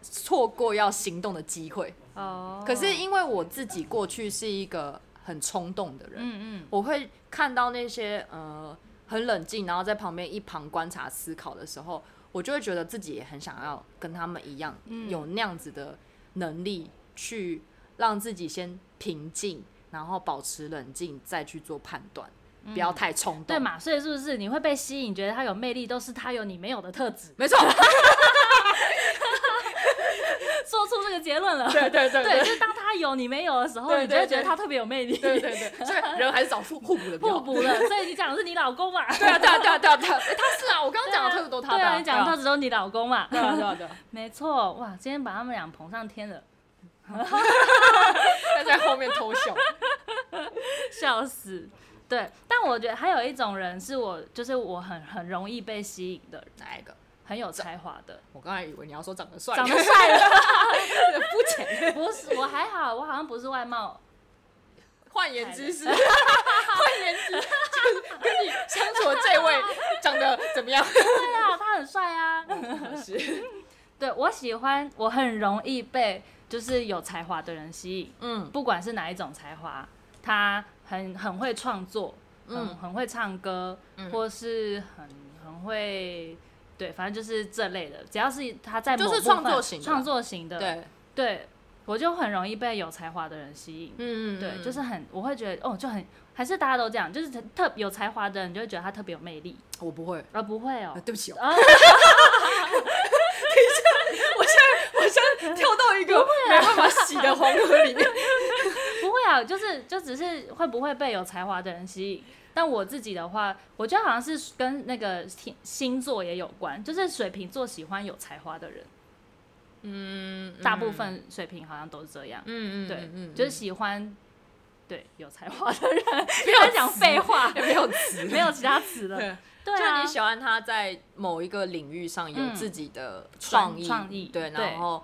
B: 错过要行动的机会。
A: 哦，
B: 可是因为我自己过去是一个很冲动的人，
A: 嗯嗯
B: 我会看到那些呃很冷静，然后在旁边一旁观察思考的时候，我就会觉得自己也很想要跟他们一样，
A: 嗯
B: 有那样子的能力去让自己先平静，然后保持冷静，再去做判断，不要太冲动。
A: 对嘛，所以是不是你会被吸引，觉得他有魅力，都是他有你没有的特质，
B: 没错，
A: 做出这个结论了。
B: 对对对
A: 对，就是当他有你没有的时候，
B: 对
A: 你就会
B: 对
A: 觉得
B: 对
A: 他特别有魅力。
B: 对对对，所以人还是找互互补的比较
A: 互
B: 好。
A: 补了，所以你讲的是你老公嘛？
B: 对啊对啊对啊对啊对啊，哎他是啊，我刚刚讲的特质都他的
A: 对
B: 啊，
A: 啊，你讲的特
B: 质，
A: 质都是你老公嘛？
B: 对啊对啊对啊，
A: 没错，哇，今天把他们俩捧上 天了，
B: 他在后面偷笑。
A: 笑死。对，但我觉得还有一种人是我，就是我很很容易被吸引的，
B: 哪一个？
A: 很有才华的，
B: 我刚才以为你要说长得帅，
A: 长得帅的。
B: 肤浅。
A: 不是，我还好，我好像不是外貌，
B: 换言之是，换言之就是跟你相处的这位长得怎么 样？
A: 对啊，他很帅啊。
B: 是，
A: 对我喜欢，我很容易被就是有才华的人吸引，
B: 嗯
A: 不管是哪一种才华，他很很会创作，
B: 嗯
A: 嗯，很会唱歌，
B: 嗯
A: 或是很很会，对，反正就是这类的，只要是他在
B: 就是
A: 某部分
B: 创作型的
A: 创作型的，
B: 对，
A: 对我就很容易被有才华的人吸引。
B: 嗯
A: 对，就是很，我会觉得哦，就很，还是大家都这样，就是特有才华的人，你就会觉得他特别有魅力，
B: 我不会，
A: 而不会哦
B: 啊，对不起哦，
A: 啊，
B: 我现在跳到一个没办法洗的黄河里面。
A: 不会啊，就是就只是会不会被有才华的人吸引。但我自己的话，我觉得好像是跟那个天星座也有关，就是水瓶座喜欢有才华的人，
B: 嗯
A: 大部，分水瓶好像都是这样，
B: 嗯
A: 对，就是喜欢对有才华的人，
B: 不
A: 不要讲废话，
B: 也没有词，
A: 没有其他词了。
B: 对。
A: 对
B: 就
A: 啊，
B: 你喜欢他在某一个领域上有
A: 嗯
B: 自己的
A: 创
B: 创意，
A: 创意
B: 对，
A: 对
B: 然后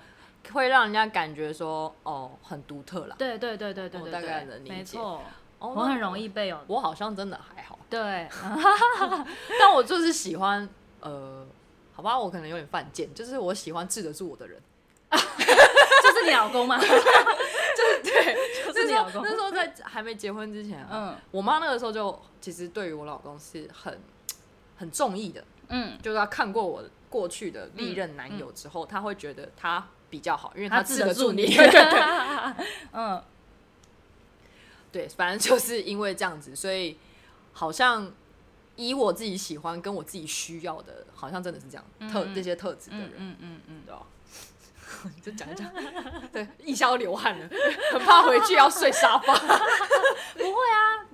B: 会让人家感觉说，哦，很独特啦。
A: 对对对对对
B: 我
A: 对
B: 大概
A: 对，
B: 能理
A: 没
B: 解
A: 错，
B: 哦
A: 我很容
B: 易，
A: 易被有
B: 我好像真的还好，
A: 对，嗯
B: 但我就是喜欢，呃，好吧，我可能有点犯贱，就是我喜欢治得住我 的人。
A: 就是你老公 嘛， 就是对，就是
B: 那
A: 你
B: 时候
A: 老公
B: 那。时候在还没结婚之前、啊，
A: 嗯
B: 我妈那个时候就其实对于我老公是很很中意的，
A: 嗯，
B: 就是她看过我过去的历任男友之后，她会觉得他比较好，因为他
A: 治
B: 治得住
A: 住
B: 你。
A: 对对对， 嗯，
B: 对，反正就是因为这样子，所以好像以我自己喜欢跟我自己需要的，好像真的是这样特
A: 嗯嗯
B: 这些特质的
A: 嗯
B: 人，
A: 嗯嗯嗯，
B: 对吧？ 就讲一讲，对，一下都流汗了，很怕回去要睡沙发。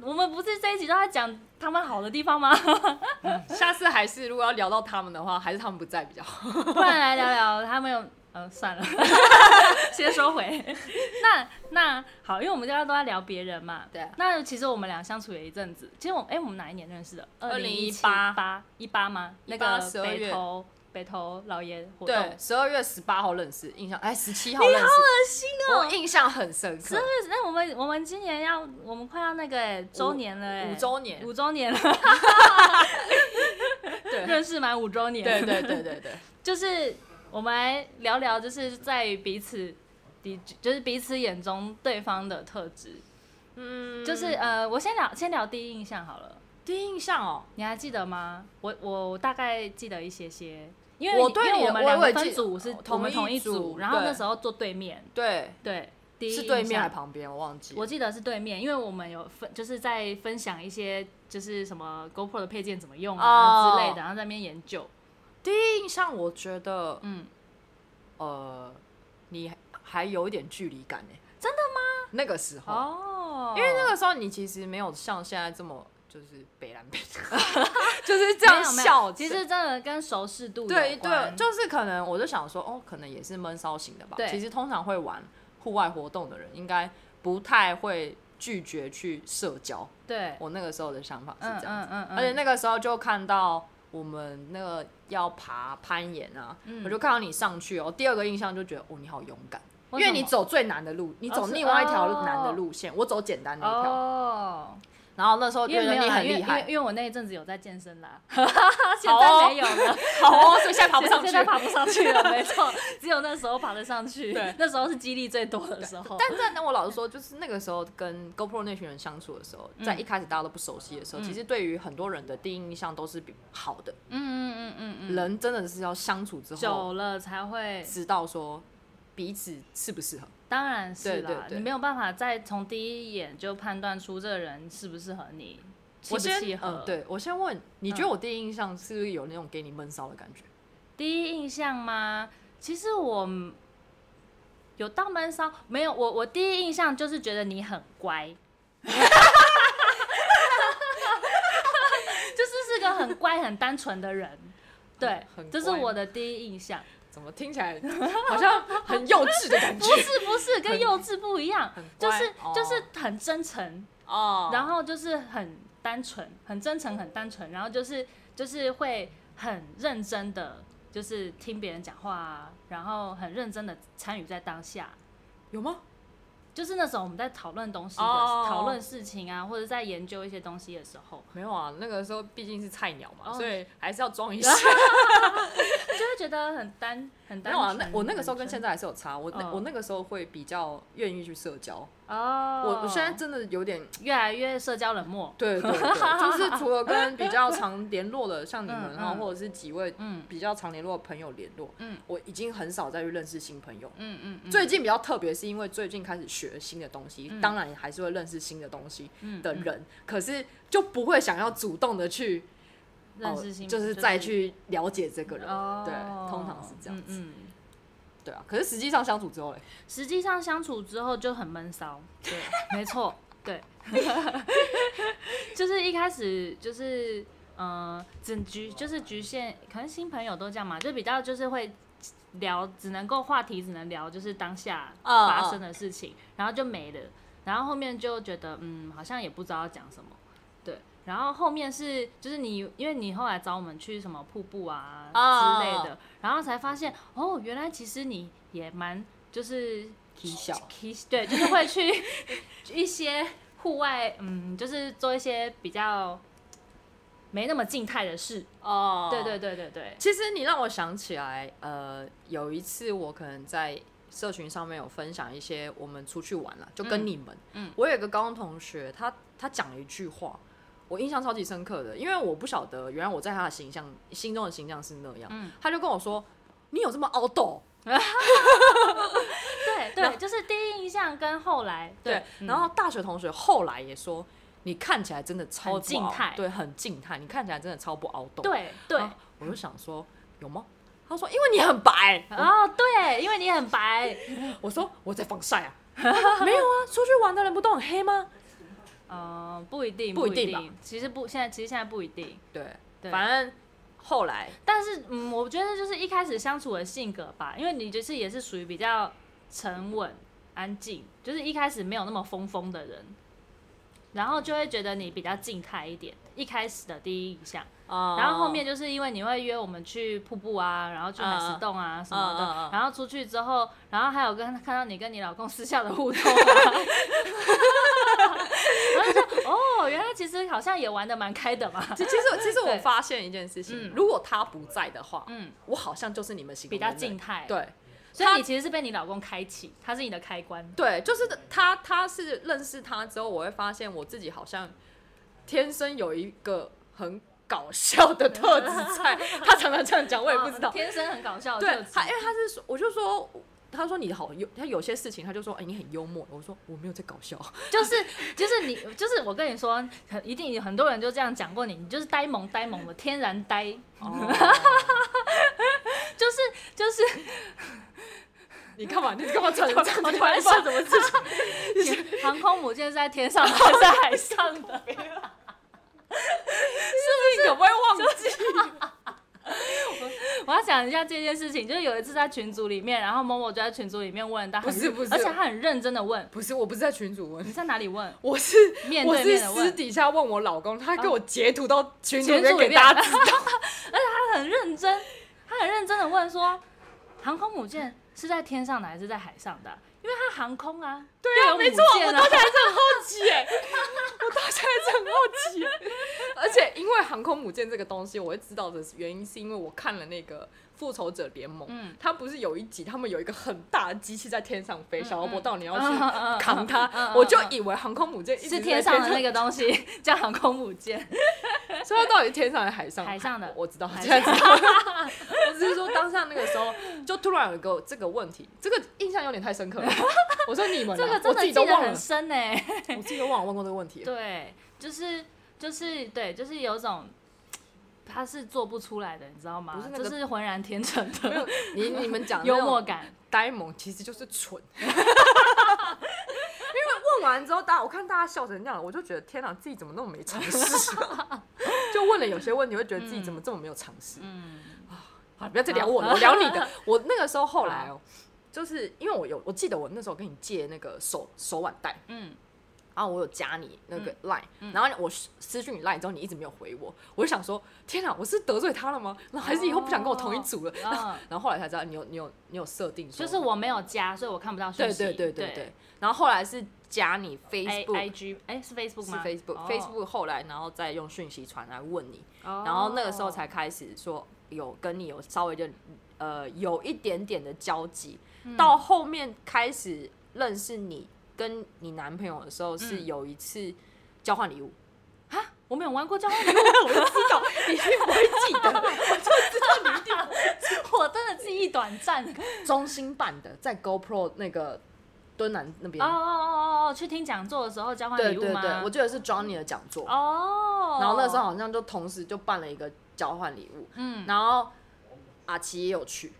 A: 我们不是这一集都在讲他们好的地方吗？
B: 下次还是如果要聊到他们的话，还是他们不在比较好。
A: 不然来聊聊他们有，呃， 算了，先收回。 那那好，因为我们现在都在聊别人嘛。
B: 对啊
A: 那其实我们俩相处也一阵子。其实我哎、我们哪一年认识的？
B: 2018
A: 八一八吗？那个
B: 1812
A: 北
B: 月
A: 投北投老爷活动，
B: 对，十二月十八号认识，印象哎，十七号认识，
A: 恶心哦
B: 我印象很深刻，
A: 对，那我们我们今年要，我们快要那个哎周年了哎，
B: 五周年，
A: 五周年了，
B: 对，
A: 认识满五周年。
B: 对对对对对，
A: 就是我们来聊聊，就是在于彼此的，就是彼此眼中对方的特质。
B: 嗯，
A: 就是呃，我先聊先聊第一印象好了，
B: 第一印象哦，
A: 你还记得吗？我我我大概记得一些些，因为
B: 我对
A: 因为
B: 你
A: 我们
B: 我
A: 两
B: 我
A: 个
B: 也
A: 分
B: 记哦
A: 组是
B: 同
A: 我们
B: 一
A: 同一
B: 组
A: 组，然后
B: 对
A: 那时候坐对面，
B: 对，
A: 对，第一
B: 是对
A: 印
B: 面还
A: 象
B: 是旁边？我忘记了。
A: 我记得是对面，因为我们有分，就是在分享一些就是什么 GoPro 的配件怎么用啊、
B: 哦
A: 之类的，然后在那边研究。
B: 第一印象，我觉得，
A: 嗯，
B: 呃，你还有一点距离感呢、欸真的吗？那个时候，
A: 哦，
B: 因为那个时候你其实没有像现在这么就是北蓝北， 就是这样
A: 没有没有
B: 笑。
A: 其实真的跟熟视度有
B: 对对，
A: 关
B: 就是可能我就想说，哦，可能也是闷骚型的吧
A: 对。
B: 其实通常会玩户外活动的人，应该不太会拒绝去社交。
A: 对，
B: 我那个时候的想法是
A: 嗯
B: 这
A: 嗯
B: 样。
A: 嗯嗯，
B: 而且那个时候就看到我们那个要爬攀岩啊，
A: 嗯
B: 我就看到你上去哦。第二个印象就觉得哦，你好勇敢，因
A: 为什
B: 为
A: 么
B: 你走最难的路，你走
A: 是
B: 另外一
A: 哦
B: 条难的路线，我走简单的一条。
A: 哦，
B: 然后那时候
A: 因
B: 觉
A: 为
B: 得
A: 没有
B: 你
A: 啦
B: 很
A: 因为
B: 厉
A: 因为
B: 害，
A: 因为我那一阵子有在健身 啦，现在没有了，
B: 好哦，所以现在爬不上去
A: 现。在爬不上去了，没错，只有那时候爬得上去，
B: 对
A: 那时候是肌力最多的时候。
B: 但但但我老实说，就是那个时候跟 GoPro 那群人相处的时候，在
A: 嗯
B: 一开始大家都不熟悉的时候，其实对于很多人的第一印象都是比好的。
A: 嗯嗯嗯嗯嗯，
B: 人真的是要相处之后，
A: 久了才会，
B: 知道说彼此适不适合。
A: 当然是
B: 对
A: 啦，
B: 对对
A: 你没有办法再从第一眼就判断出这个人适不适合你，契
B: 我
A: 不嗯
B: 先
A: 契合。
B: 嗯，，对我先问，你觉得我第一印象是不是有那种给你闷骚的感觉？
A: 第一印象吗？其实我嗯有到闷骚，没有我我第一印象就是觉得你很乖， 就是是个很乖很单纯的人，对
B: 很，乖
A: 这是我的第一印象。
B: 怎么听起来好像 很幼稚的感觉
A: 不？是不是，跟幼稚不一样
B: 很，乖
A: 就是
B: 哦
A: 就是很真诚，
B: 哦
A: 然后就是很单纯，很真诚，很单纯，然后就是就是会很认真的，就是听别人讲话、啊，然后很认真的参与在当下。
B: 有吗？
A: 就是那种我们在讨论东西的，
B: 哦
A: 讨论事情啊，或者在研究一些东西的时候，
B: 没有啊，那个时候毕竟是菜鸟嘛，
A: 哦
B: 所以还是要装 一下。
A: 就会觉得很单很
B: 没
A: 单
B: 有
A: 纯。
B: 啊，那我那个时候跟现
A: 在
B: 在还是有差。我那
A: 嗯
B: 我那个时候会比较愿意去社交，
A: 哦，
B: 我我现在真的有点。
A: 越来越社交冷漠。
B: 对 对对，就是除了跟比较常联络的，像你们
A: 嗯
B: 啊，
A: 嗯
B: 或者是几位
A: 嗯
B: 比较常联络的朋友联络，
A: 嗯
B: 我已经很少再去认识新朋友了。
A: 嗯嗯嗯，
B: 最近比较特别，是因为最近开始学新的东西，
A: 嗯
B: 当然还是会认识新的东西
A: 嗯
B: 的人，可是就不会想要主动的去
A: 认识新，
B: 哦，就是再去了解这个人，
A: 哦，
B: 对，通常是这样子，
A: 嗯嗯
B: 对啊。可是实际上相处之后嘞，
A: 实际上相处之后就很闷骚，对，没错，对， 就是一开始就是嗯、呃，只局就是局限，可能新朋友都这样嘛，就比较就是会聊，只能够话题只能聊就是当下
B: 嗯
A: 发生的事情，然后就没了，然后后面就觉得嗯，好像也不知道要讲什么。对，然后后面是就是你，因为你后来找我们去什么瀑布啊之
B: 啊
A: 类的，然后才发现哦，原来其实你也蛮就是
B: 体小
A: 对，就是 会去一些户外，嗯，就是做一些比较没那么静态的事。
B: 哦
A: 对对对对对，
B: 其实你让我想起来，呃，有一次我可能在社群上面有分享一些我们出去玩啊了，就跟你们，
A: 嗯嗯
B: 我有一个高中同学，他他讲了一句话，我印象超级深刻的，因为我不晓得原来我在他的形象心中的形象是那样，
A: 嗯
B: 他就跟我说。你有这么凹痘？
A: 对
B: 然
A: 对，就是第一印象跟后来
B: 对，
A: 嗯
B: 然后大学同学后来也说，你看起来真的超
A: 很
B: 不
A: 静
B: 凹
A: 态
B: 对，很静态，你看起来真的超不凹痘。
A: 对对
B: 然后我就想说，有吗？他说，因为你很白。
A: 哦对，因为你很 白
B: 我说我在 防晒啊，没有啊，出去玩的人不都很黑吗？
A: 嗯，不一定，
B: 不
A: 不
B: 一定吧
A: 其实不，现在其实现在不一定。
B: 对，
A: 对
B: 反正后来
A: 但是，嗯，我觉得就是一开始相处的性格吧，因为你就是也是属于比较沉稳、安静，就是一开始没有那么疯疯的人，然后就会觉得你比较静态一点。一开始的第一印象，
B: 啊、
A: 然后后面就是因为你会约我们去瀑布啊，然后去海石洞啊什么
B: 嗯嗯嗯
A: 的，然后出去之后，然后还有跟看到你跟你老公私下的互动、啊，然后就哦，原来其实好像也玩的蛮开的嘛，
B: 其其实其实我
A: 对
B: 发现一件事情，
A: 嗯
B: 如果他不在的话，
A: 嗯，
B: 我好像就是你们形
A: 比
B: 容的
A: 较
B: 那
A: 静态，
B: 对。
A: 所以你其实是被你老公开启，他是你的开关。
B: 对，就是他，他是认识他之后，我会发现我自己好像天生有一个很搞笑的特质 在。他常常这样讲，我也不知道
A: 哦。天生很搞笑的特
B: 对
A: 质。
B: 他，因为他是说，我就说，他说你好幽，他有些事情他就说，哎、你很幽默。我说我没有在搞笑。
A: 就是就是你就是我跟你说，很一定有很多人就这样讲过你，你就是呆萌呆萌的，天然呆，哦就是就是
B: 你干嘛？你干嘛转这样？
A: 我突然想
B: 怎么自己？
A: 航空母舰是在天上的还是在海上的？
B: 是可不会忘记？
A: 我要讲一下这件事情，就是有一次在群组里面，然后某某就在群组里面问到很，
B: 不是不是
A: 而且他很认真的问，
B: 不是，我不是在群主问
A: 你，在哪里问？
B: 我是
A: 面
B: 我
A: 对
B: 是
A: 面的
B: 私
A: 问，
B: 底下问我老公，他给
A: 啊
B: 我截图到群主
A: 群组
B: 给
A: 里面
B: 大家知道。
A: 他很认真，他很认真的问说，航空母舰是在天上的还是在海上的啊？因为它航空啊，对
B: 啊没错我
A: 啊
B: 都。奇 耶，我到现在是很好奇耶。而且因为航空母舰这个东西，我会知道的原因是因为我看了那个《复仇者联盟》，
A: 嗯
B: 它不是有一集他们有一个很大的机器在天上飞，小罗伯到你要去
A: 嗯嗯嗯嗯
B: 扛
A: 嗯嗯
B: 它，
A: 嗯
B: 我就以为航空母舰一直
A: 是
B: 在
A: 天上的那个东西，叫航空母舰。
B: 天上， 所以它到底天上还是海上？
A: 海上的
B: 我我知道，我
A: 海
B: 现在知道。 我只是说当下那个时候，就突然有一个这个问题，这个印象有点太深刻了。我说你们啊，
A: 这个
B: 我
A: 真
B: 自
A: 的
B: 己
A: 记
B: 都
A: 得
B: 忘了
A: 很，深呢、欸
B: 我自己都忘了问过这个问题 了。
A: 对，就是就是对，就是有种他是做不出来的，你知道吗？
B: 不是那个
A: 就是浑然天成
B: 没
A: 的
B: 有 啊你你们讲的那
A: 幽
B: 种
A: 默感。
B: 呆萌其实就是蠢。 因为问完之后，大家我看大家笑成那样，我就觉得天哪，自己怎么那么没常识、啊？ 就问了有些问题，会觉得自己怎么这么没有常识？
A: 嗯
B: 啊，不要再聊我了，
A: 好
B: 我聊你 的。我那个时候后来哦、就是因为我有，我记得我那时候跟你借那个手手腕带，
A: 嗯，
B: 然后我有加你那个 line，、然后我私私讯你 line 之后，你一直没有回我，我就想说，天哪，我是得罪他了吗？然后还是以后不想跟我同一组了？
A: 哦
B: 然后 然后后来才知道，你有你有你有设定说，
A: 就是我没有加，所以我看不到讯
B: 对
A: 息。
B: 对对对
A: 对
B: 对。然后后来是加你
A: I
B: Facebook，
A: I G 哎是 Facebook
B: 是
A: 吗
B: Facebook、
A: 哦
B: Facebook 后来然后再用讯息传来问你，
A: 哦
B: 然后那个时候才开始说有跟你有稍微的呃有一点点的交集，到后面开始认识你跟你男朋友的时候是有一次交换礼物，
A: 我们有玩过交 换礼
B: 我就知道你一定不会记得，
A: 物， 我真的记忆短暂。
B: 中心办的在 GoPro 那个敦南那边
A: 哦哦，哦哦哦，去听讲座的时候交换
B: 对
A: 礼物
B: 对
A: 吗？
B: 对，我记得是 Johnny 的讲座，
A: 哦，
B: 然后那时候，好像就同时就办了一个交换礼物，
A: 嗯，
B: 然后阿奇也有去，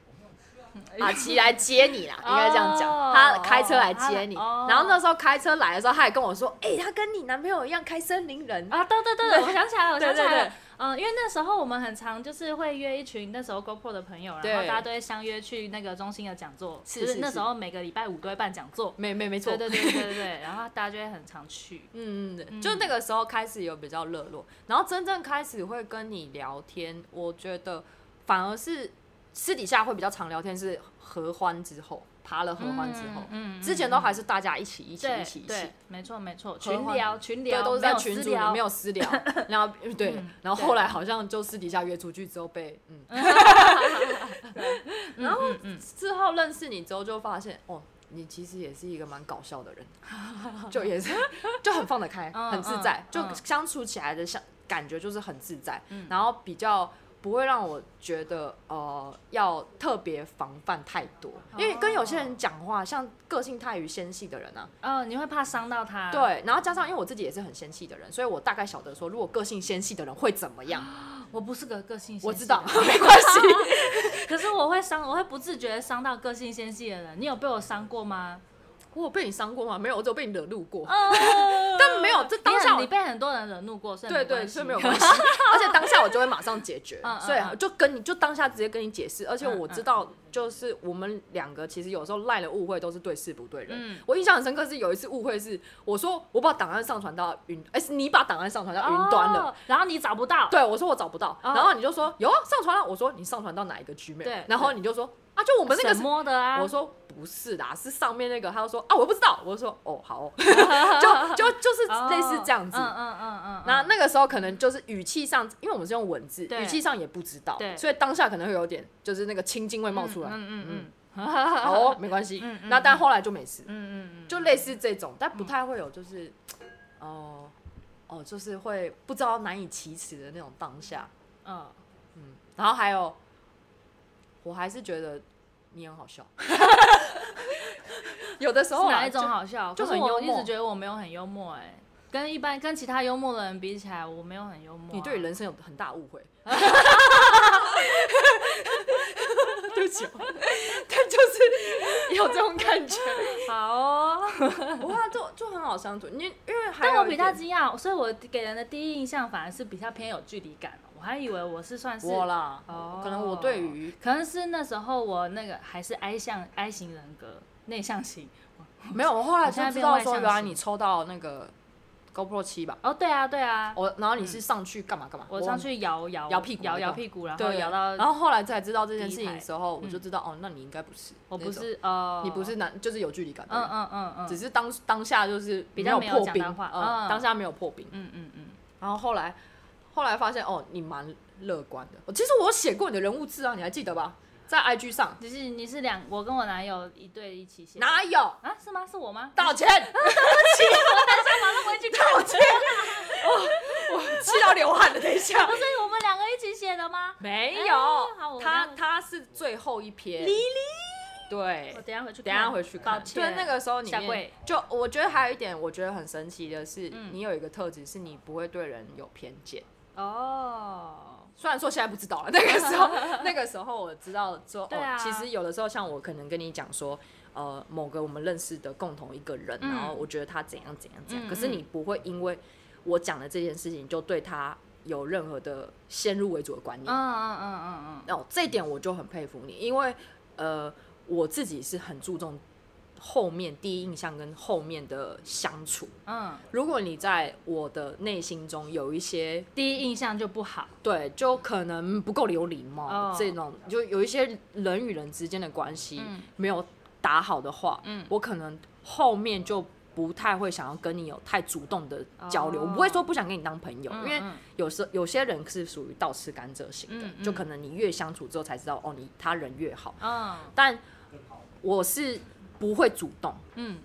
B: 阿奇来接你 啦，
A: 哦
B: 应该这样讲，他开车来接你。
A: 他哦
B: 然后那时候开车来的时候，他还跟我说，哎、他跟你男朋友一样开森林人，
A: 啊，对对对，对我想起来了，我
B: 对
A: 想起
B: 对
A: 来
B: 对
A: 了，，嗯，因为那时候我们很常就是会约一群那时候 GoPro 的朋友，然
B: 对
A: 后大家都会相约去那个中心的讲座，
B: 是
A: 就是那
B: 是
A: 时候每个礼拜五都会办讲座，
B: 没没没错
A: 对，对对对对对，然后大家就会很常去，
B: 嗯，嗯，
A: 嗯
B: 就那个时候开始有比较热络，然后真正开始会跟你聊天，我觉得反而是私底下会比较常聊天，是合欢之后，爬了 合欢之后，
A: 嗯嗯嗯
B: 之前都还是大家一起一起
A: 对
B: 一起一起
A: 对，，没错没错，
B: 合欢
A: 群聊群
B: 对，
A: 聊
B: 都是在群组
A: 组
B: 里没有私 聊，然后对，然后
A: 对
B: 后来好像就私底下约出去之后被 嗯，然后
A: 嗯嗯
B: 之后认识你之后就发现哦。你其实也是一个蛮搞笑的人， 就也是就很放得开，
A: 嗯
B: 很自
A: 嗯，
B: 在就
A: 嗯
B: 相处起来的像感觉就是很自在
A: 嗯，
B: 然后比较不会让我觉得呃要特别防范太多，因为跟有些人讲话，像个性太于纤细的人啊，
A: 哦，你会怕伤到他，
B: 对，然后加上因为我自己也是很纤细的人，所以我大概晓得说，如果个性纤细的人会怎么样。
A: 我不是个个性，
B: 我知道，， 没关系。
A: 可是我会伤，我会不自觉地伤到个性纤细的人。你有被我伤过吗？
B: 我有被你伤过吗？没有，我只有被你惹怒过。
A: 嗯但
B: 呃但没有这当下我
A: 你被很多人惹怒过，所以
B: 对
A: 没关
B: 对，
A: 系
B: 所以没有关系。而且当下我就会马上解决
A: 嗯嗯，
B: 所以
A: 嗯
B: 就跟你就当下直接跟你解释。而且
A: 嗯
B: 我知道，就是我们两个其实有时候赖的误会都是对事不对人
A: 嗯。
B: 我印象很深刻是有一次误会是，我说我把档案上传到云，哎，是你把档案上传到云端了。
A: 哦，然后你找不到，
B: 对，我说我找不到，
A: 哦
B: 然后你就说有啊，上传了。我说你上传到哪一个 Gmail？
A: 对
B: 然后你就说啊，就我们那个
A: 什么的啊，
B: 我说不是啦，是上面那个。他就说啊，我不知道。我就说哦，好 哦就就就是
A: 哦
B: 类似这样子。
A: 嗯嗯嗯嗯，
B: 那
A: 嗯
B: 那个时候可能就是语气上，因为我们是用文字，
A: 对
B: 语气上也不知道，
A: 对
B: 所以当下可能会有点就是那个青筋会冒出来。
A: 嗯嗯嗯
B: 好 哦，没关系。
A: 嗯嗯
B: 那但后来就没事，
A: 嗯嗯嗯，
B: 就类似这种，但不太会有就是，
A: 嗯
B: 哦、哦，就是会不知道难以启齿的那种当下。
A: 嗯，
B: 嗯，然后还有，我还是觉得你很好笑。 有的时
A: 是
B: 候啊
A: 哪一种
B: 就
A: 好笑？
B: 就
A: 可是
B: 很幽
A: 我一
B: 默
A: 直觉得我没有很幽默，哎，跟一般跟其他幽默的人比起来，我没有很幽默啊。
B: 你对人生有很大误会。 对不起哦，但就是有这种感 觉，
A: 好哦。
B: 不过就就很好相处。你因为还有
A: 但我
B: 一
A: 比较
B: 点
A: 惊讶，所以我给人的第一印象反而是比较偏有距离感哦。我还以为我是算是，
B: 我啦，
A: 哦
B: 可能我对于
A: 可能是那时候我那个还是 I 向 I 型人格，内向型。
B: 没有，我后来
A: 我现
B: 才
A: 在
B: 知
A: 变
B: 道
A: 外
B: 说，
A: 向
B: 原来
A: 型
B: 你抽到那个 GoPro 七吧，
A: 哦，对啊，对啊，
B: 我然后你是上去干嘛干嘛？
A: 我
B: 忘
A: 上
B: 记
A: 去摇摇
B: 摇屁股
A: 摇
B: 那
A: 摇
B: 个
A: 屁股，然后
B: 对，
A: 摇到
B: 然后后来才知道这件事
A: 第
B: 情
A: 一
B: 的
A: 排嗯
B: 时候，我就知道、哦，那你应该不是，
A: 我不
B: 那种，
A: 是哦，
B: 你不，是男，就是有距离感的
A: 嗯
B: 人，
A: 嗯嗯嗯，
B: 只是当当下就是
A: 比
B: 没
A: 较没有
B: 破
A: 讲
B: 冰，
A: 到话
B: 嗯
A: 嗯
B: 当下没有破冰，
A: 嗯嗯嗯，
B: 然后后来后来发现哦，你蛮乐观的，我其实我有写过你的人物志啊，你还记得吧？在 IG 上
A: 只是你是两，我跟我男友一对一起写
B: 哪有
A: 啊？是吗？是我吗？
B: 道 歉？
A: 马上回去看， 所
B: 哦我气到流汗了，等一下。
A: 以我们两个一起写的吗？
B: 没
A: 哎好我
B: 他
A: 刚
B: 他是最后一篇。莉莉，对
A: 我，等一下回去看，
B: 等一下回去看。
A: 抱歉，
B: 对，那个时候你
A: 下跪
B: 就我觉得还有一点，我觉得很神奇的是，
A: 嗯
B: 你有一个特质是你不会对人有偏见。
A: 哦。
B: 虽然说现在不知 道了，那个时候那个时候我知道说，
A: 对啊
B: 哦，其实有的时候像我可能跟你讲说，呃，某个我们认识的共同一个人，
A: 嗯
B: 然后我觉得他怎样怎样怎样，
A: 嗯
B: 可是你不会因为我讲的这件事情就对他有任何的先入为主的观念。
A: 嗯嗯嗯嗯嗯，
B: 哦，这一点我就很佩服你，因为呃，我自己是很注重后面第一印象跟后面的相处。
A: 嗯，
B: 如果你在我的内心中有一些
A: 第一印象就不好。
B: 对，就可能不够有礼貌、
A: 哦
B: 这种，就有一些人与人之间的关系
A: 嗯
B: 没有打好的话，
A: 嗯
B: 我可能后面就不太会想要跟你有太主动的交流。我不会说不想跟你当朋友，
A: 哦嗯
B: 因为
A: 嗯
B: 有时有些人是属于倒吃甘蔗型的，
A: 嗯嗯
B: 就可能你越相处之后才知道，哦，你他人越好。
A: 嗯
B: 但我是不会主动，
A: 嗯，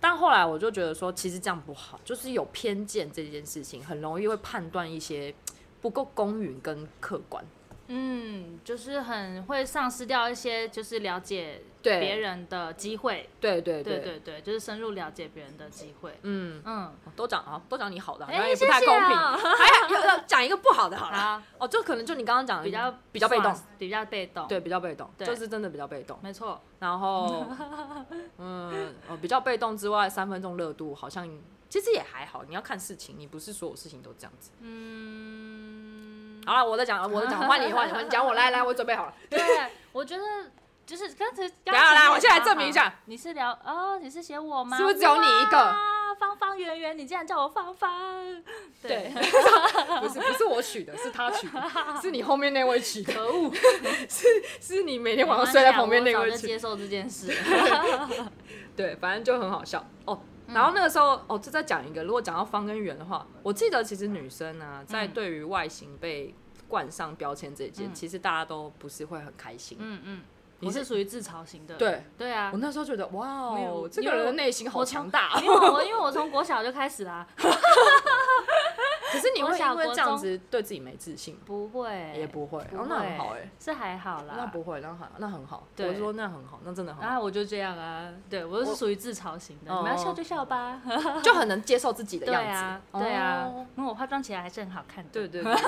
B: 但后来我就觉得说，其实这样不好，就是有偏见这件事情，很容易会判断一些不够公允跟客观。
A: 嗯，就是很会丧失掉一些就是了解
B: 对
A: 别人的机会。
B: 对对
A: 对对对，就是深入了解别人的机会。
B: 嗯，
A: 嗯，
B: 都讲啊，都讲你好的，好
A: 哎
B: 像也不太公平。
A: 谢谢哦
B: 还有要讲一个不好的好了。
A: 好，
B: 哦，就可能就你刚刚讲的
A: 比较
B: 比较被动，，
A: 比较被动。，
B: 对，比较被动，
A: 对
B: 就是真的比较被动。
A: 没 错。
B: 然后，嗯，哦，比较被动之外，三分钟热度好像其实也还好，你要看事情，你不是所有事情都这样子。
A: 嗯，
B: 好了，我在讲，我在讲，换你，换你，换你讲我，来来，我准备 好了。
A: 对，我觉得。就是刚才，
B: 等
A: 刚
B: 一下
A: 才
B: 来
A: 你
B: 我现在
A: 好
B: 证明一下
A: 好你是聊哦，你是写我吗？
B: 是不是只有你一个
A: 哇？方方圆圆，你竟然叫我芳芳，
B: 对，不是不是我我取的，是他取的，是你后面那位取 的，
A: 可 恶！
B: 是你每天晚上睡在旁边那
A: 没关
B: 位
A: 系啊我早就接
B: 取
A: 受这件事。
B: 对，反正就很好笑哦。
A: 嗯
B: 然后那个时候，哦，这再讲一个，如果讲到方跟圆的话，我记得其实女生啊，在
A: 嗯
B: 对于外形被冠上标签这一件，
A: 嗯
B: 其实大家都不是会很开心。
A: 嗯嗯，
B: 你
A: 我
B: 是
A: 是属于自嘲型的。
B: 对
A: 对啊
B: 我，那时候觉得，哇
A: 没
B: 哦
A: 有，
B: 这个人的内心好
A: 我从
B: 强大哦。
A: 因为我因为我从国小就开始啦，
B: 可是你会
A: 国小
B: 因为
A: 国
B: 这样
A: 中
B: 子对自己没自信吗？
A: 不会，
B: 也不会，
A: 不
B: 哦
A: 会，，
B: 那很好哎。
A: 是还好啦。
B: 那不会，那很那很好。我
A: 对
B: 是说那很好，那真的很
A: 然
B: 好，
A: 后我就这样啊，对我就是属于自嘲型的，
B: 我
A: 你们要笑就笑吧。
B: 就很能接受自己的
A: 对
B: 样子。
A: 啊，对啊
B: 哦，
A: 因为我化妆起来还是很好看的。
B: 对， 对对，对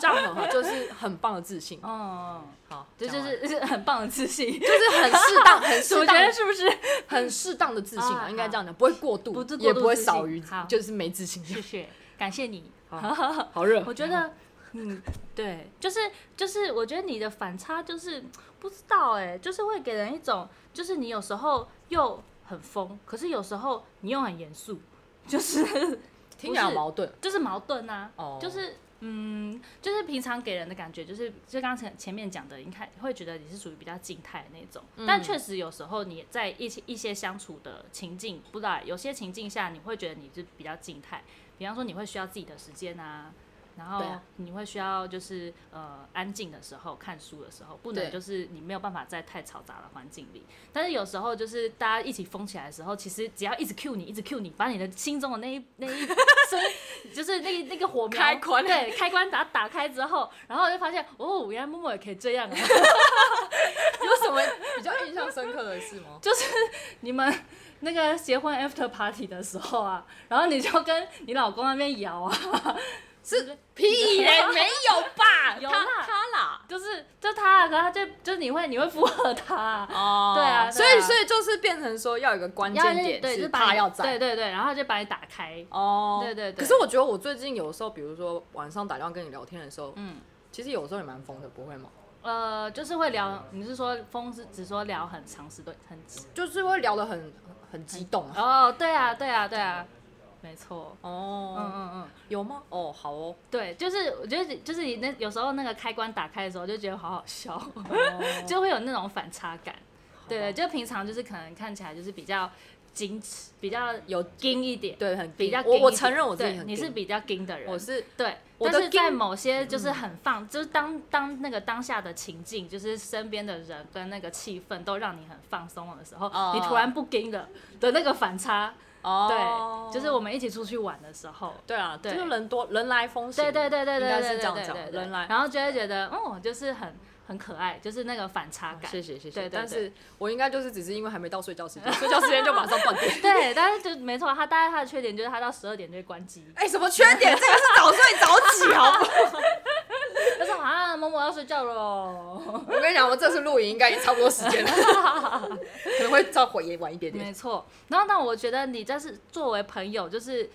B: 这样很好，就是很棒的自信。
A: 哦，
B: 好，
A: 这就
B: 讲完
A: 是是 很棒的自信。
B: 啊就是很适当、 很
A: 我
B: 适
A: 觉
B: 当
A: 得、是不是？
B: 很适当的自信啊，
A: 啊
B: 应该这样讲，不会过度，
A: 不是过
B: 也
A: 度
B: 不会
A: 自信
B: 少于
A: 好，
B: 就是没自信。
A: 谢谢，感谢你。
B: 好热，
A: 我觉得，嗯，对，就是就是，我觉得你的反差就是不知道哎、就是会给人一种，就是你有时候又很疯，可是有时候你又很严肃，就是
B: 听起来
A: 不
B: 有
A: 是
B: 矛盾
A: 就是矛盾啊。
B: 哦。
A: 就是嗯，就是平常给人的感觉就是，就刚才前面讲的，你看会觉得你是属于比较静态的那种，
B: 嗯
A: 但确实有时候你在一些一些相处的情境，不知道有些情境下你会觉得你是比较静态，比方说你会需要自己的时间啊。然后
B: 对啊
A: 你会需要就是呃安静的时候看书的时候，不
B: 对
A: 能就是你没有办法在太嘈杂的环境里。但是有时候就是大家一起疯起来的时候，其实只要一直 cue 你，一直 cue 你，把你的心中的那一那一 声，就是那那个火苗
B: 开关
A: 对，开关打打开之后，然后我就发现哦，原来默默也可以这样 啊！
B: 有什么比较印象深刻的事吗？
A: 你们那个结婚 after party 的时候啊，然后你就跟你老公那边摇啊，
B: 是屁嘞，没有吧？
A: 有
B: 他
A: 啦
B: 他啦。
A: 就是就他啊，可他就就你会你会附和他啊、
B: 哦
A: 对啊对啊
B: 所以所以就是变成说要有一个关
A: 然后
B: 键
A: 就
B: 点
A: 对，就是是把
B: 他
A: 你
B: 要
A: 对
B: 在
A: 对对，然后就把你打开，
B: 哦，
A: 对对对
B: 可是我觉得我最近有时候，比如说晚上打电话跟你聊天的时候，
A: 嗯。
B: 其实有时候也蛮疯的，不会吗？
A: 呃，就是会聊，你是说风是只说聊很长时段，很
B: 就是会聊得很很激动啊。
A: 哦，对啊，对啊，对啊，没错，嗯
B: 哦，
A: 嗯嗯，
B: 有吗？哦，好哦。
A: 对，就是我觉得就是你那有时候那个开关打开的时候，就觉得好好笑，
B: 哦
A: 就会有那种反差感。对，
B: 好
A: 就平常就是可能看起来就是比较矜持，比较
B: 有
A: 硬一点，
B: 对，很
A: 比较
B: 我
A: 硬
B: 我
A: 一点
B: 承认我自己
A: 对
B: 很
A: 你是
B: 硬
A: 比较硬的人，
B: 我是
A: 对，
B: 我的嗯
A: 但是在
B: 硬
A: 某些就是很放，就是当当那个当下的情境，就是身边的人跟那个气氛都让你很放松的时候，
B: 哦
A: 你突然不跟了的那个反差，
B: 哦，
A: 对，就是我们一起出去玩的时候。
B: 对啊，
A: 对
B: 就是人多人来疯行，
A: 对对对对对
B: 应该
A: 对
B: 是
A: 对
B: 这样
A: 对
B: 讲
A: 对对
B: 人来
A: 然后就会觉得，哦，就是很很可爱，就是那个反差
B: 啊
A: 感。
B: 谢谢谢谢，
A: 对对
B: 但
A: 对
B: 是我应该就是只是因为还没到睡觉时间， 睡觉时间就马上断电。
A: 对，但是就没错，他大概他的缺点就是他到十二点就会关机，
B: 哎，什么缺点？这个是早睡早起，好不好？
A: 他说啊，某某要睡觉喽。
B: 我跟你讲，我这次录影应该也差不多时间了，可能会再回也晚一点点
A: 没。错，然后但我觉得你就是作为朋友，就是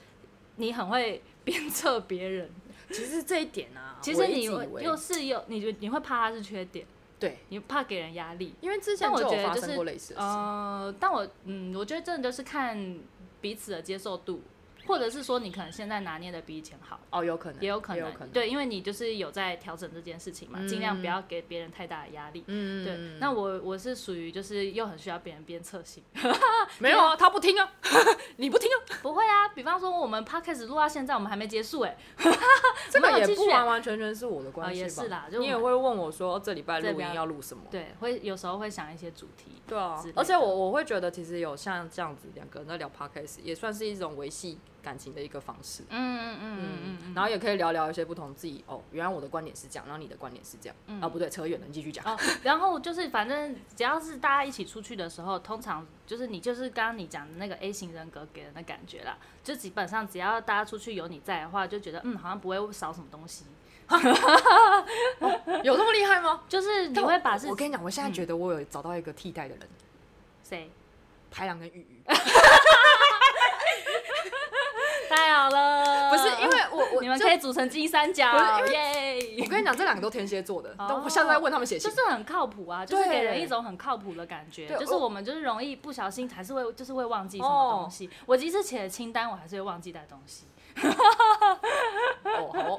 A: 你很会鞭策别 人。
B: 其实这一点啊，
A: 其
B: 我
A: 实
B: 一
A: 你
B: 直以
A: 有
B: 为
A: 又是有你就你会怕他是缺点，
B: 对，
A: 你怕给人压力。
B: 因为之前
A: 但我
B: 就
A: 觉
B: 有
A: 得
B: 发
A: 就
B: 生
A: 是
B: 过类似的事。
A: 呃，但我嗯，我觉得真的就是看彼此的接受度，或者是说你可能现在拿捏的比以前好。
B: 哦，有可能，
A: 也有可
B: 可
A: 能，
B: 有可能，
A: 对，因为你就是有在调整这件事情嘛，尽、量不要给别人太大的压力。
B: 嗯，
A: 对，那我我是属于就是又很需要别人鞭策型，
B: 没有啊，他不听啊， 你不听啊，
A: 不会啊，比方说我们 podcast 录到现在，我们还没结束哎、
B: 这个
A: 没有
B: 也
A: 继续
B: 不
A: 欸
B: 完完全全是我的关
A: 哦
B: 系吧？
A: 也是啦就
B: 你也
A: 我
B: 会问我说这礼拜
A: 这
B: 录
A: 不
B: 音
A: 要
B: 要录什么？
A: 对，会有时候会想一些主题，
B: 对啊
A: 之类，的
B: 而且我我会觉得其实有像这样子两个人在聊 podcast 也算是一种维系感情的一个方式。
A: 嗯嗯嗯嗯嗯，
B: 然后也可以聊聊一些不同自己哦，原来我的观点是这样，然后你的观点是这样、啊，不对，扯远了，你继续讲。
A: 嗯哦，然后就是反正只要是大家一起出去的时候，通常就是你就是刚刚你讲的那个 A 型人格给人的感觉啦，就基本上只要大家出去有你在的话，就觉得嗯好像不会少什么东西，
B: 有这么厉害吗？
A: 就是你
B: 但我
A: 会把事嗯
B: 我跟你讲，我现在觉得我有找到一个替代的人，
A: 谁
B: 排狼跟玉玉，
A: 嗯太好了，
B: 不是因为我我
A: 嗯你们
B: 就
A: 可以组成金三角，
B: 我
A: 耶，
B: 跟你讲，这两个都天蝎座的，
A: 哦
B: 等我下次再问他们写
A: 就
B: 信。
A: 是很靠谱啊，就是
B: 对
A: 给人一种很靠谱的感觉，
B: 对
A: 就是
B: 我哦
A: 我们就是容易不小心还是会就是会忘记什么东西，我即 使写了清单，我还是会忘记带东西。
B: 哦，好哦，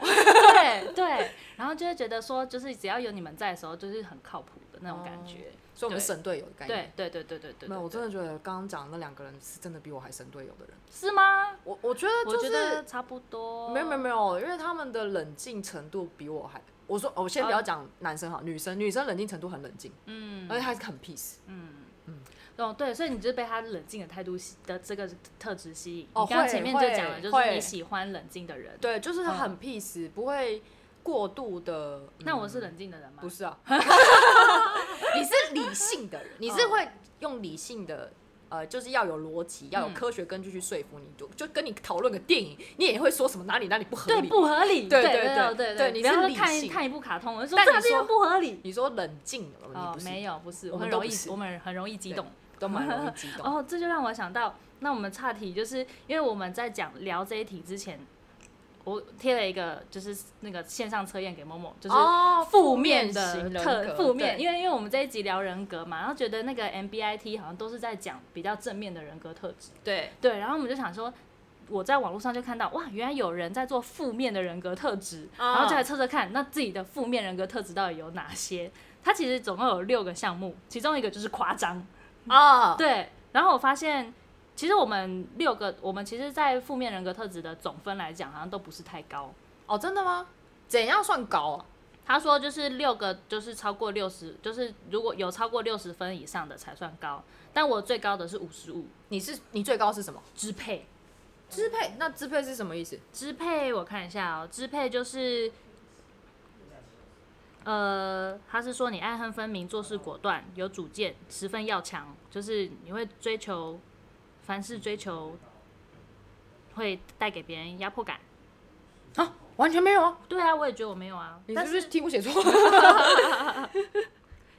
A: 对会觉得说，就是只要有你们在的时候，就是很靠谱的那种感觉。
B: 所以我们
A: 对
B: 是神队友的概
A: 对
B: 念。
A: 对对对对对
B: 哦没有，我
A: 对，
B: 真的觉得刚刚讲的那两个人是真的比我还神队友的人。
A: 是吗？
B: 我我觉得
A: 我
B: 就
A: 觉
B: 是
A: 得差不多。
B: 没有没有没有，因为他们的冷静程度比我还……我说哦我先不要讲男生哈，女生女生冷静程度很冷静，
A: 哦嗯
B: 而且还是很 peace。嗯
A: 哦，对，所以你就是被他冷静的态度吸的这个特质吸引。
B: 哦
A: 你刚刚
B: 会
A: 前面就讲了，
B: 会
A: 就是你
B: 会
A: 喜欢冷静的人。
B: 对，就是
A: 嗯
B: 很 peace，、不会过度的。
A: 那我
B: 嗯
A: 是冷静的人吗
B: 不？是 啊，你是理性的人，你是会用理性的。呃，就是要有逻辑，要有
A: 嗯
B: 科学根据去说服你，就就跟你讨论个电影，你也会说什么哪里哪里不合
A: 对，
B: 理。
A: 不合理。
B: 对
A: 对
B: 对
A: 对
B: 对
A: 对，
B: 对你
A: 不要
B: 是
A: 说
B: 理
A: 看
B: 性
A: 看一部卡通，我就说
B: 但
A: 这
B: 你
A: 个地方
B: 说
A: 不合理。
B: 你说冷静，
A: 哦
B: 你不，是，
A: 没有，不是，
B: 我
A: 我
B: 们
A: 很
B: 都
A: 容
B: 不
A: 易，
B: 是
A: 我们很容易激
B: 对
A: 动。
B: 都蛮容易 激动。
A: 哦，这就让我想到，那我们岔题，就是因为我们在讲聊这一题之前，我贴了一个就是那个线上测验给某某，就是
B: 哦
A: 负面
B: 型
A: 的
B: 人
A: 特
B: 格
A: 负面，
B: 对
A: 因为因为我们这一集聊人格嘛，然后觉得那个 MBIT 好像都是在讲比较正面的人格特质，
B: 对，
A: 对，然后我们就想说。我在网络上就看到，哇，原来有人在做负面的人格特质，
B: 啊
A: 然后就来测测看，那自己的负面人格特质到底有哪些？它其实总共有六个项目，其中一个就是夸张，
B: 啊，
A: 对，然后我发现，其实我们六个，我们其实，在负面人格特质的总分来讲，好像都不是太高。
B: 哦，真的吗？怎样算高啊？
A: 他说，就是六个，就是超过六十，就是如果有超过六十分以上的才算高。但我最高的是五十五，
B: 你是你最高是什么？
A: 支配，
B: 支配？那支配是什么意思？
A: 支配，我看一下哦，支配就是，呃，他是说你爱恨分明，做事果断，有主见，十分要强，就是你会追求，凡事追求，会带给别人压迫感。
B: 啊，完全没有啊！
A: 对啊，我也觉得我没有啊，
B: 你是
A: 但
B: 不
A: 是
B: 是听我写错？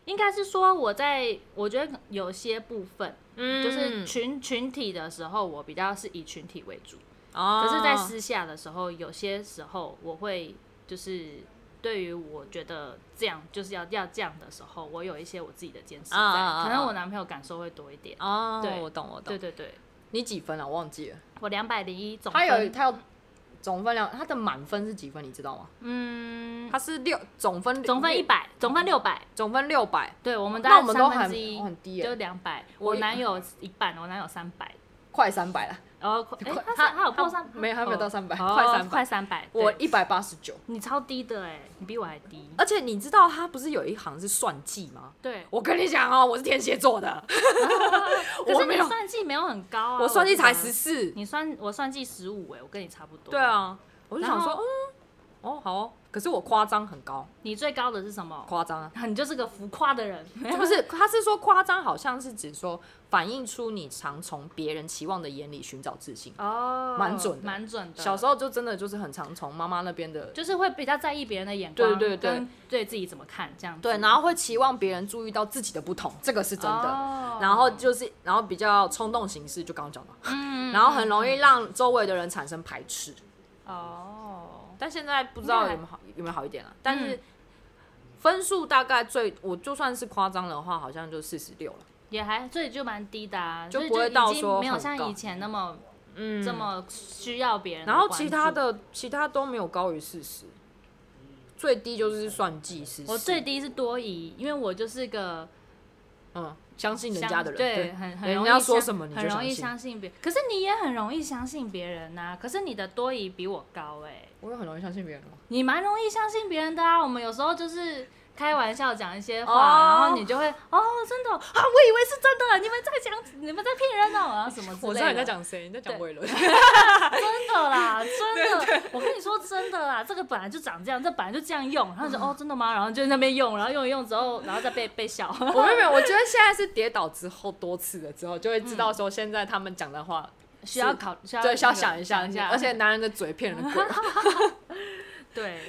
A: 应该是说我在，我觉得有些部分、
B: 嗯
A: 就是群群体的时候，我比较是以群体为主，
B: 啊
A: 可是，在私下的时候，有些时候我会就是对于我觉得这样就是要要这样的时候，我有一些我自己的坚持在，
B: 啊啊啊啊
A: 可能我男朋友感受会多一点。
B: 哦，
A: 对
B: 我懂我
A: 对
B: 懂。
A: 对对，
B: 你几分啊？我忘记了。
A: 我两百零一总
B: 他有
A: 分，
B: 他有总分量，他的满分是几分？你知道吗？
A: 嗯，
B: 他是六总分
A: 总分一百，总分六百，
B: 总分六百，
A: 对我们大概
B: 那我们都
A: 三
B: 很
A: 分之一
B: 哦很低
A: 就
B: 耶，
A: 两百，
B: 我
A: 我男友一半，我男友三百。
B: 快三百了。
A: 然后快哎
B: 快，
A: 他
B: 他
A: 三他有破
B: 他
A: 三，
B: 没有还没有
A: 哦
B: 到300
A: 哦
B: 快300
A: 快三百。
B: 我
A: 对
B: 一百八十九，
A: 你超低的哎，你比我还 低。
B: 而且你知道他不是有一行是算计吗？
A: 对，
B: 我跟你讲哦，我是天蝎座的，
A: 可
B: 我
A: 是
B: 没
A: 你
B: 有，
A: 算计没有很高啊，
B: 我算计才
A: 记得
B: 十，四。
A: 你算我算计十五哎，我跟你差不多。
B: 对，啊，我就想说，
A: 然后
B: 嗯，哦好哦，可是我夸张很高，
A: 你最高的是什么？
B: 夸张啊，
A: 你就是个浮夸的人。
B: 就不是， 他是说夸张，好像是指说反映出你常从别人期望的眼里寻找自信。
A: 哦
B: 蛮准的
A: 蛮准的。
B: 小时
A: 候
B: 候就真的就是很常从妈妈那边的，
A: 啊就是会比较在意别人的眼光，
B: 对对对
A: 跟对自己怎么看这样子。
B: 对，然后会期望别人注意到自己的不同，这个是真的。
A: 哦
B: 然后就是，然后比较冲动行事，就刚刚讲到，
A: 嗯
B: 然后很容易让周围的人产生排斥。
A: 哦，
B: 但现在不知道有没有好有没有好一点了、但
A: 嗯
B: 是分数大概最，我就算是夸张的话，好像就四十六了。
A: 也还所以就蛮低的啊，
B: 就
A: 所以
B: 不会到
A: 已经
B: 说
A: 没有
B: 很
A: 像
B: 高
A: 以前那么
B: 嗯
A: 这么需要别人的
B: 然
A: 关注。
B: 后其他的其他都没有高于四十，最低就是算计是
A: 我最低是多疑，因为我就是个
B: 嗯相信人
A: 相
B: 家的人，
A: 对，很很
B: 人
A: 容易
B: 家
A: 相
B: 说什么你就
A: 很容易
B: 相信
A: 相信别。可是你也很容易相信别人呐、可是你的多疑比我高哎、
B: 我也很容易相信别人哦。
A: 你蛮容易相信别人的啊。我们有时候就是开玩笑讲一些话，
B: 哦
A: 然后你就会哦，真的哦啊，我以为是真的，你们在讲，你们在骗人呢、啊什么之类的。
B: 我知道你在讲谁，你在讲
A: 对
B: 伟 伦，
A: 真的 啦，真的，我跟你说真的啦，这个本来就长这样，这本来就这样用。然后你
B: 嗯
A: 说哦，真的吗？然后就在那边用，然后用一用之后，然后再被被笑。
B: 我没有没有，我觉得现在是跌倒之后多次了之后，就会知道说现在他们讲的话，
A: 需要考，嗯需要
B: 对，需要
A: 那个
B: 想一下，
A: 一下，
B: 而且男人的嘴骗 人的鬼。
A: 对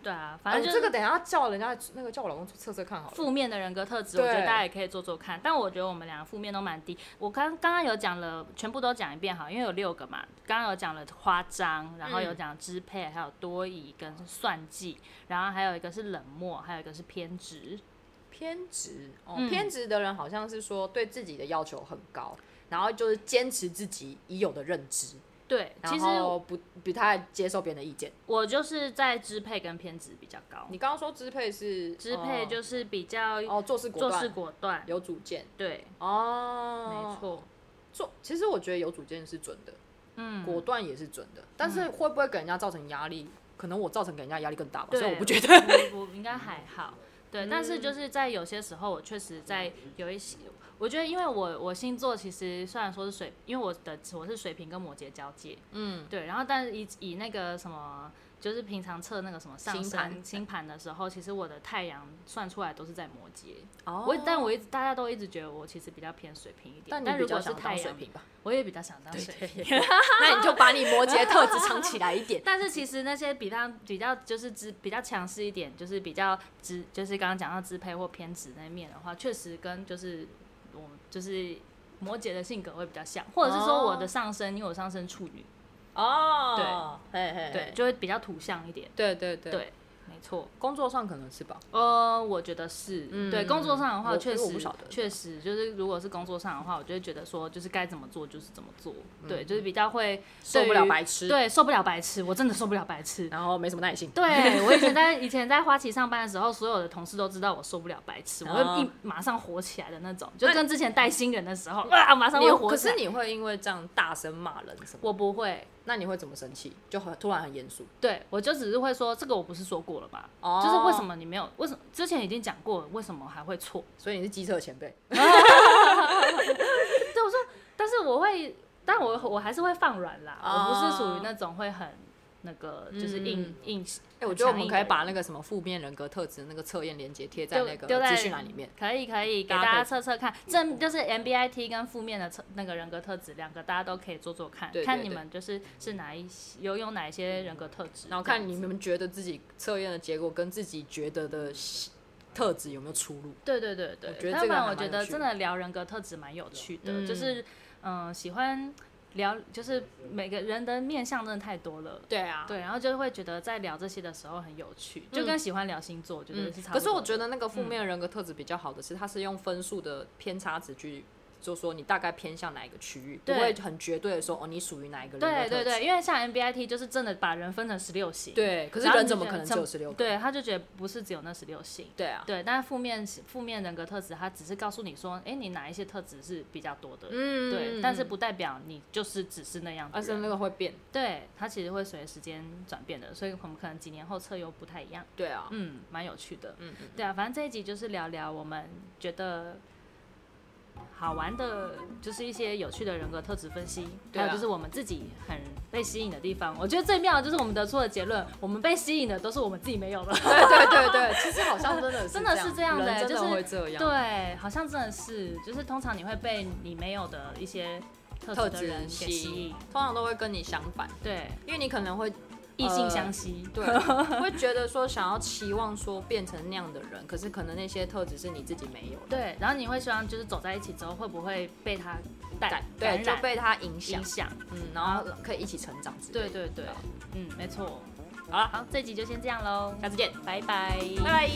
A: 对啊，反
B: 哎
A: 正
B: 我
A: 就是
B: 这个等一下叫人家那个叫我老公测测看好了。
A: 负面的人格特质，我觉得
B: 对
A: 大家也可以做做看。但我觉得我们两个负面都蛮低。我刚刚刚有讲了，全部都讲一遍哈，因为有六个嘛。刚刚有讲了夸张，然后有
B: 嗯
A: 讲支配，还有多疑跟算计，然后还有一个是冷漠，还有一个是偏执。
B: 偏执哦，
A: 嗯
B: 偏执的人好像是说对自己的要求很高，然后就是坚持自己已有的认知，
A: 对，其
B: 然
A: 实
B: 后不不太接受别人的意见。
A: 我就是在支配跟偏执比较高，
B: 你刚刚说支配是
A: 支配
B: 哦
A: 就是比较
B: 哦做事果
A: 做事
B: 断，
A: 果断，
B: 有主见
A: 对，
B: 哦，
A: 没错，
B: 做其实我觉得有主见是准的，
A: 嗯，
B: 果断也是准的，但是会不会给人家造成压力？可能我造成给人家压力更大吧，所以
A: 对
B: 我不觉得。 嗯
A: 我我应该还好，对，但是就是在有些时候，我确实在有一些，我觉得因为我我星座其实虽然说是水，因为我的我是水瓶跟摩羯交界，
B: 嗯，
A: 对，然后但是以以那个什么。就是平常测那个什么上
B: 星盘
A: 升星盘的时候，其实我的太阳算出来都是在摩羯。
B: 哦
A: 我但我一直大家都一直觉得我其实比较偏水平一点，但
B: 但你比
A: 如
B: 较
A: 果是
B: 想
A: 太
B: 当水
A: 阳，
B: 瓶吧？
A: 我也比较想当水瓶。。
B: 那你就把你摩羯特质藏起来一点
A: 但是其实那些比较比较就是支比较强势一点，就是比较支，就是刚刚讲到支配或偏执那一面的话，确实跟就是我就是摩羯的性格会比较像，或者是说我的上升，因为我上升处女，
B: 哦，对，嘿嘿，
A: 对，就会比较土象一点，
B: 对对对
A: 对，没错。
B: 工作上可能是吧。
A: 呃，我觉得是、
B: 嗯
A: 对工作上的话，
B: 我
A: 确
B: 因为我不
A: 实
B: 晓得
A: 确实就是，如果是工作上的话，我就会觉得说，就是该怎么做就是怎么做，对，就是比较会
B: 嗯受不了
A: 对于
B: 白痴
A: 对，受不了白痴，我真的受不了白痴，
B: 然后没什么耐性。
A: 对我以前 在以前在花旗上班的时候，所有的同事都知道我受不了白痴，我
B: 哦
A: 会一马上火起来的那种，就跟之前带新人的时候啊，马上
B: 你
A: 会
B: 有可
A: 火起
B: 是
A: 来。
B: 你会因为这样大声骂人什么？
A: 我不会，
B: 那你会怎么生气？就很突然很严肃。
A: 对我就只是会说这个我不是说过了吗？
B: 哦
A: 就是为什？么你没有？为什么之前已经讲过了，为什么还会错？
B: 所以你是机车前辈。
A: 对，我说，但是我会，但我我还是会放软啦，我不是属
B: 哦
A: 于那种会很那个，就是硬、硬。
B: 哎、我觉得我们可以把那个什么负面人格特质那个测验连接贴在
A: 丢
B: 那个
A: 丢在
B: 资讯栏里面。
A: 可以可以，给
B: 大
A: 大家
B: 家可以嗯
A: 测测看，正就是 MBIT 跟负面的测那个人格特质，两个大家都可以做做看，
B: 对对
A: 看
B: 对
A: 你们就是是哪一些有有哪一些人格特质，
B: 然后看你们觉得自己测验的结果跟自己觉得的特质有没有出入。
A: 对对对对，
B: 我觉得
A: 要
B: 这
A: 不
B: 个
A: 然我
B: 还蛮
A: 觉
B: 有
A: 得
B: 趣
A: 真的聊人格特质蛮有趣的，
B: 嗯
A: 就是嗯、呃喜欢聊就是每个人的面相真的太多了。
B: 对啊，
A: 对，然后就会觉得在聊这些的时候很有趣，就跟喜欢聊星座，我觉得
B: 嗯
A: 是差不多的。
B: 可是我觉得那个负面人格特质比较好的是，它是用分数的偏差值去，就说你大概偏向哪一个区域，不
A: 对
B: 会很绝对的说哦，你属于哪一个人格特
A: 对对
B: 质。
A: 对，因为像 MBIT 就是真的把人分成十六型，
B: 对，可是
A: 然后
B: 人
A: 你
B: 怎么
A: 就
B: 可能只有十六个？
A: 对，他就觉得不是只有那十六型。
B: 对啊，
A: 对，但是负面负面人格特质，他只是告诉你说，哎，你哪一些特质是比较多的，
B: 嗯啊
A: 对，但是，不代表你就是只是那样的
B: 而且
A: 人。
B: 那个会变，
A: 对，它其实会随着时间转变的，所以我们可能几年后测又不太一样。
B: 对啊，
A: 嗯，蛮有趣的。
B: 嗯，
A: 对啊，反正这一集就是聊聊我们觉得好玩的，就是一些有趣的人格特质分析，
B: 对啊
A: 还有就是我们自己很被吸引的地方。我觉得最妙的就是我们得出的结论，我们被吸引的都是我们自己没有的。
B: 对对对对，其实好像真的是
A: 真的是这样的欸
B: 人真
A: 就
B: 的
A: 是
B: 会这样，
A: 对，好像真的是，就是通常你会被你没有的一些特
B: 特
A: 质的人
B: 质
A: 给
B: 吸
A: 吸
B: 引
A: 引，，
B: 通常都会跟你相反，
A: 对，
B: 因为你可能会
A: 异性相吸，
B: 对，会觉得说想要期望说变成那样的人，可是可能那些特质是你自己没有的，
A: 对，然后你会希望就是走在一起之后，会不会被他带
B: 对，
A: 感
B: 就
A: 染
B: 被他影响
A: 影，响？
B: 嗯，然后可以一起成长之类
A: 对
B: 的。
A: 对对，嗯，没错。
B: 好了，
A: 好，这集就先这样喽，
B: 下次见，
A: 拜拜，
B: 拜拜。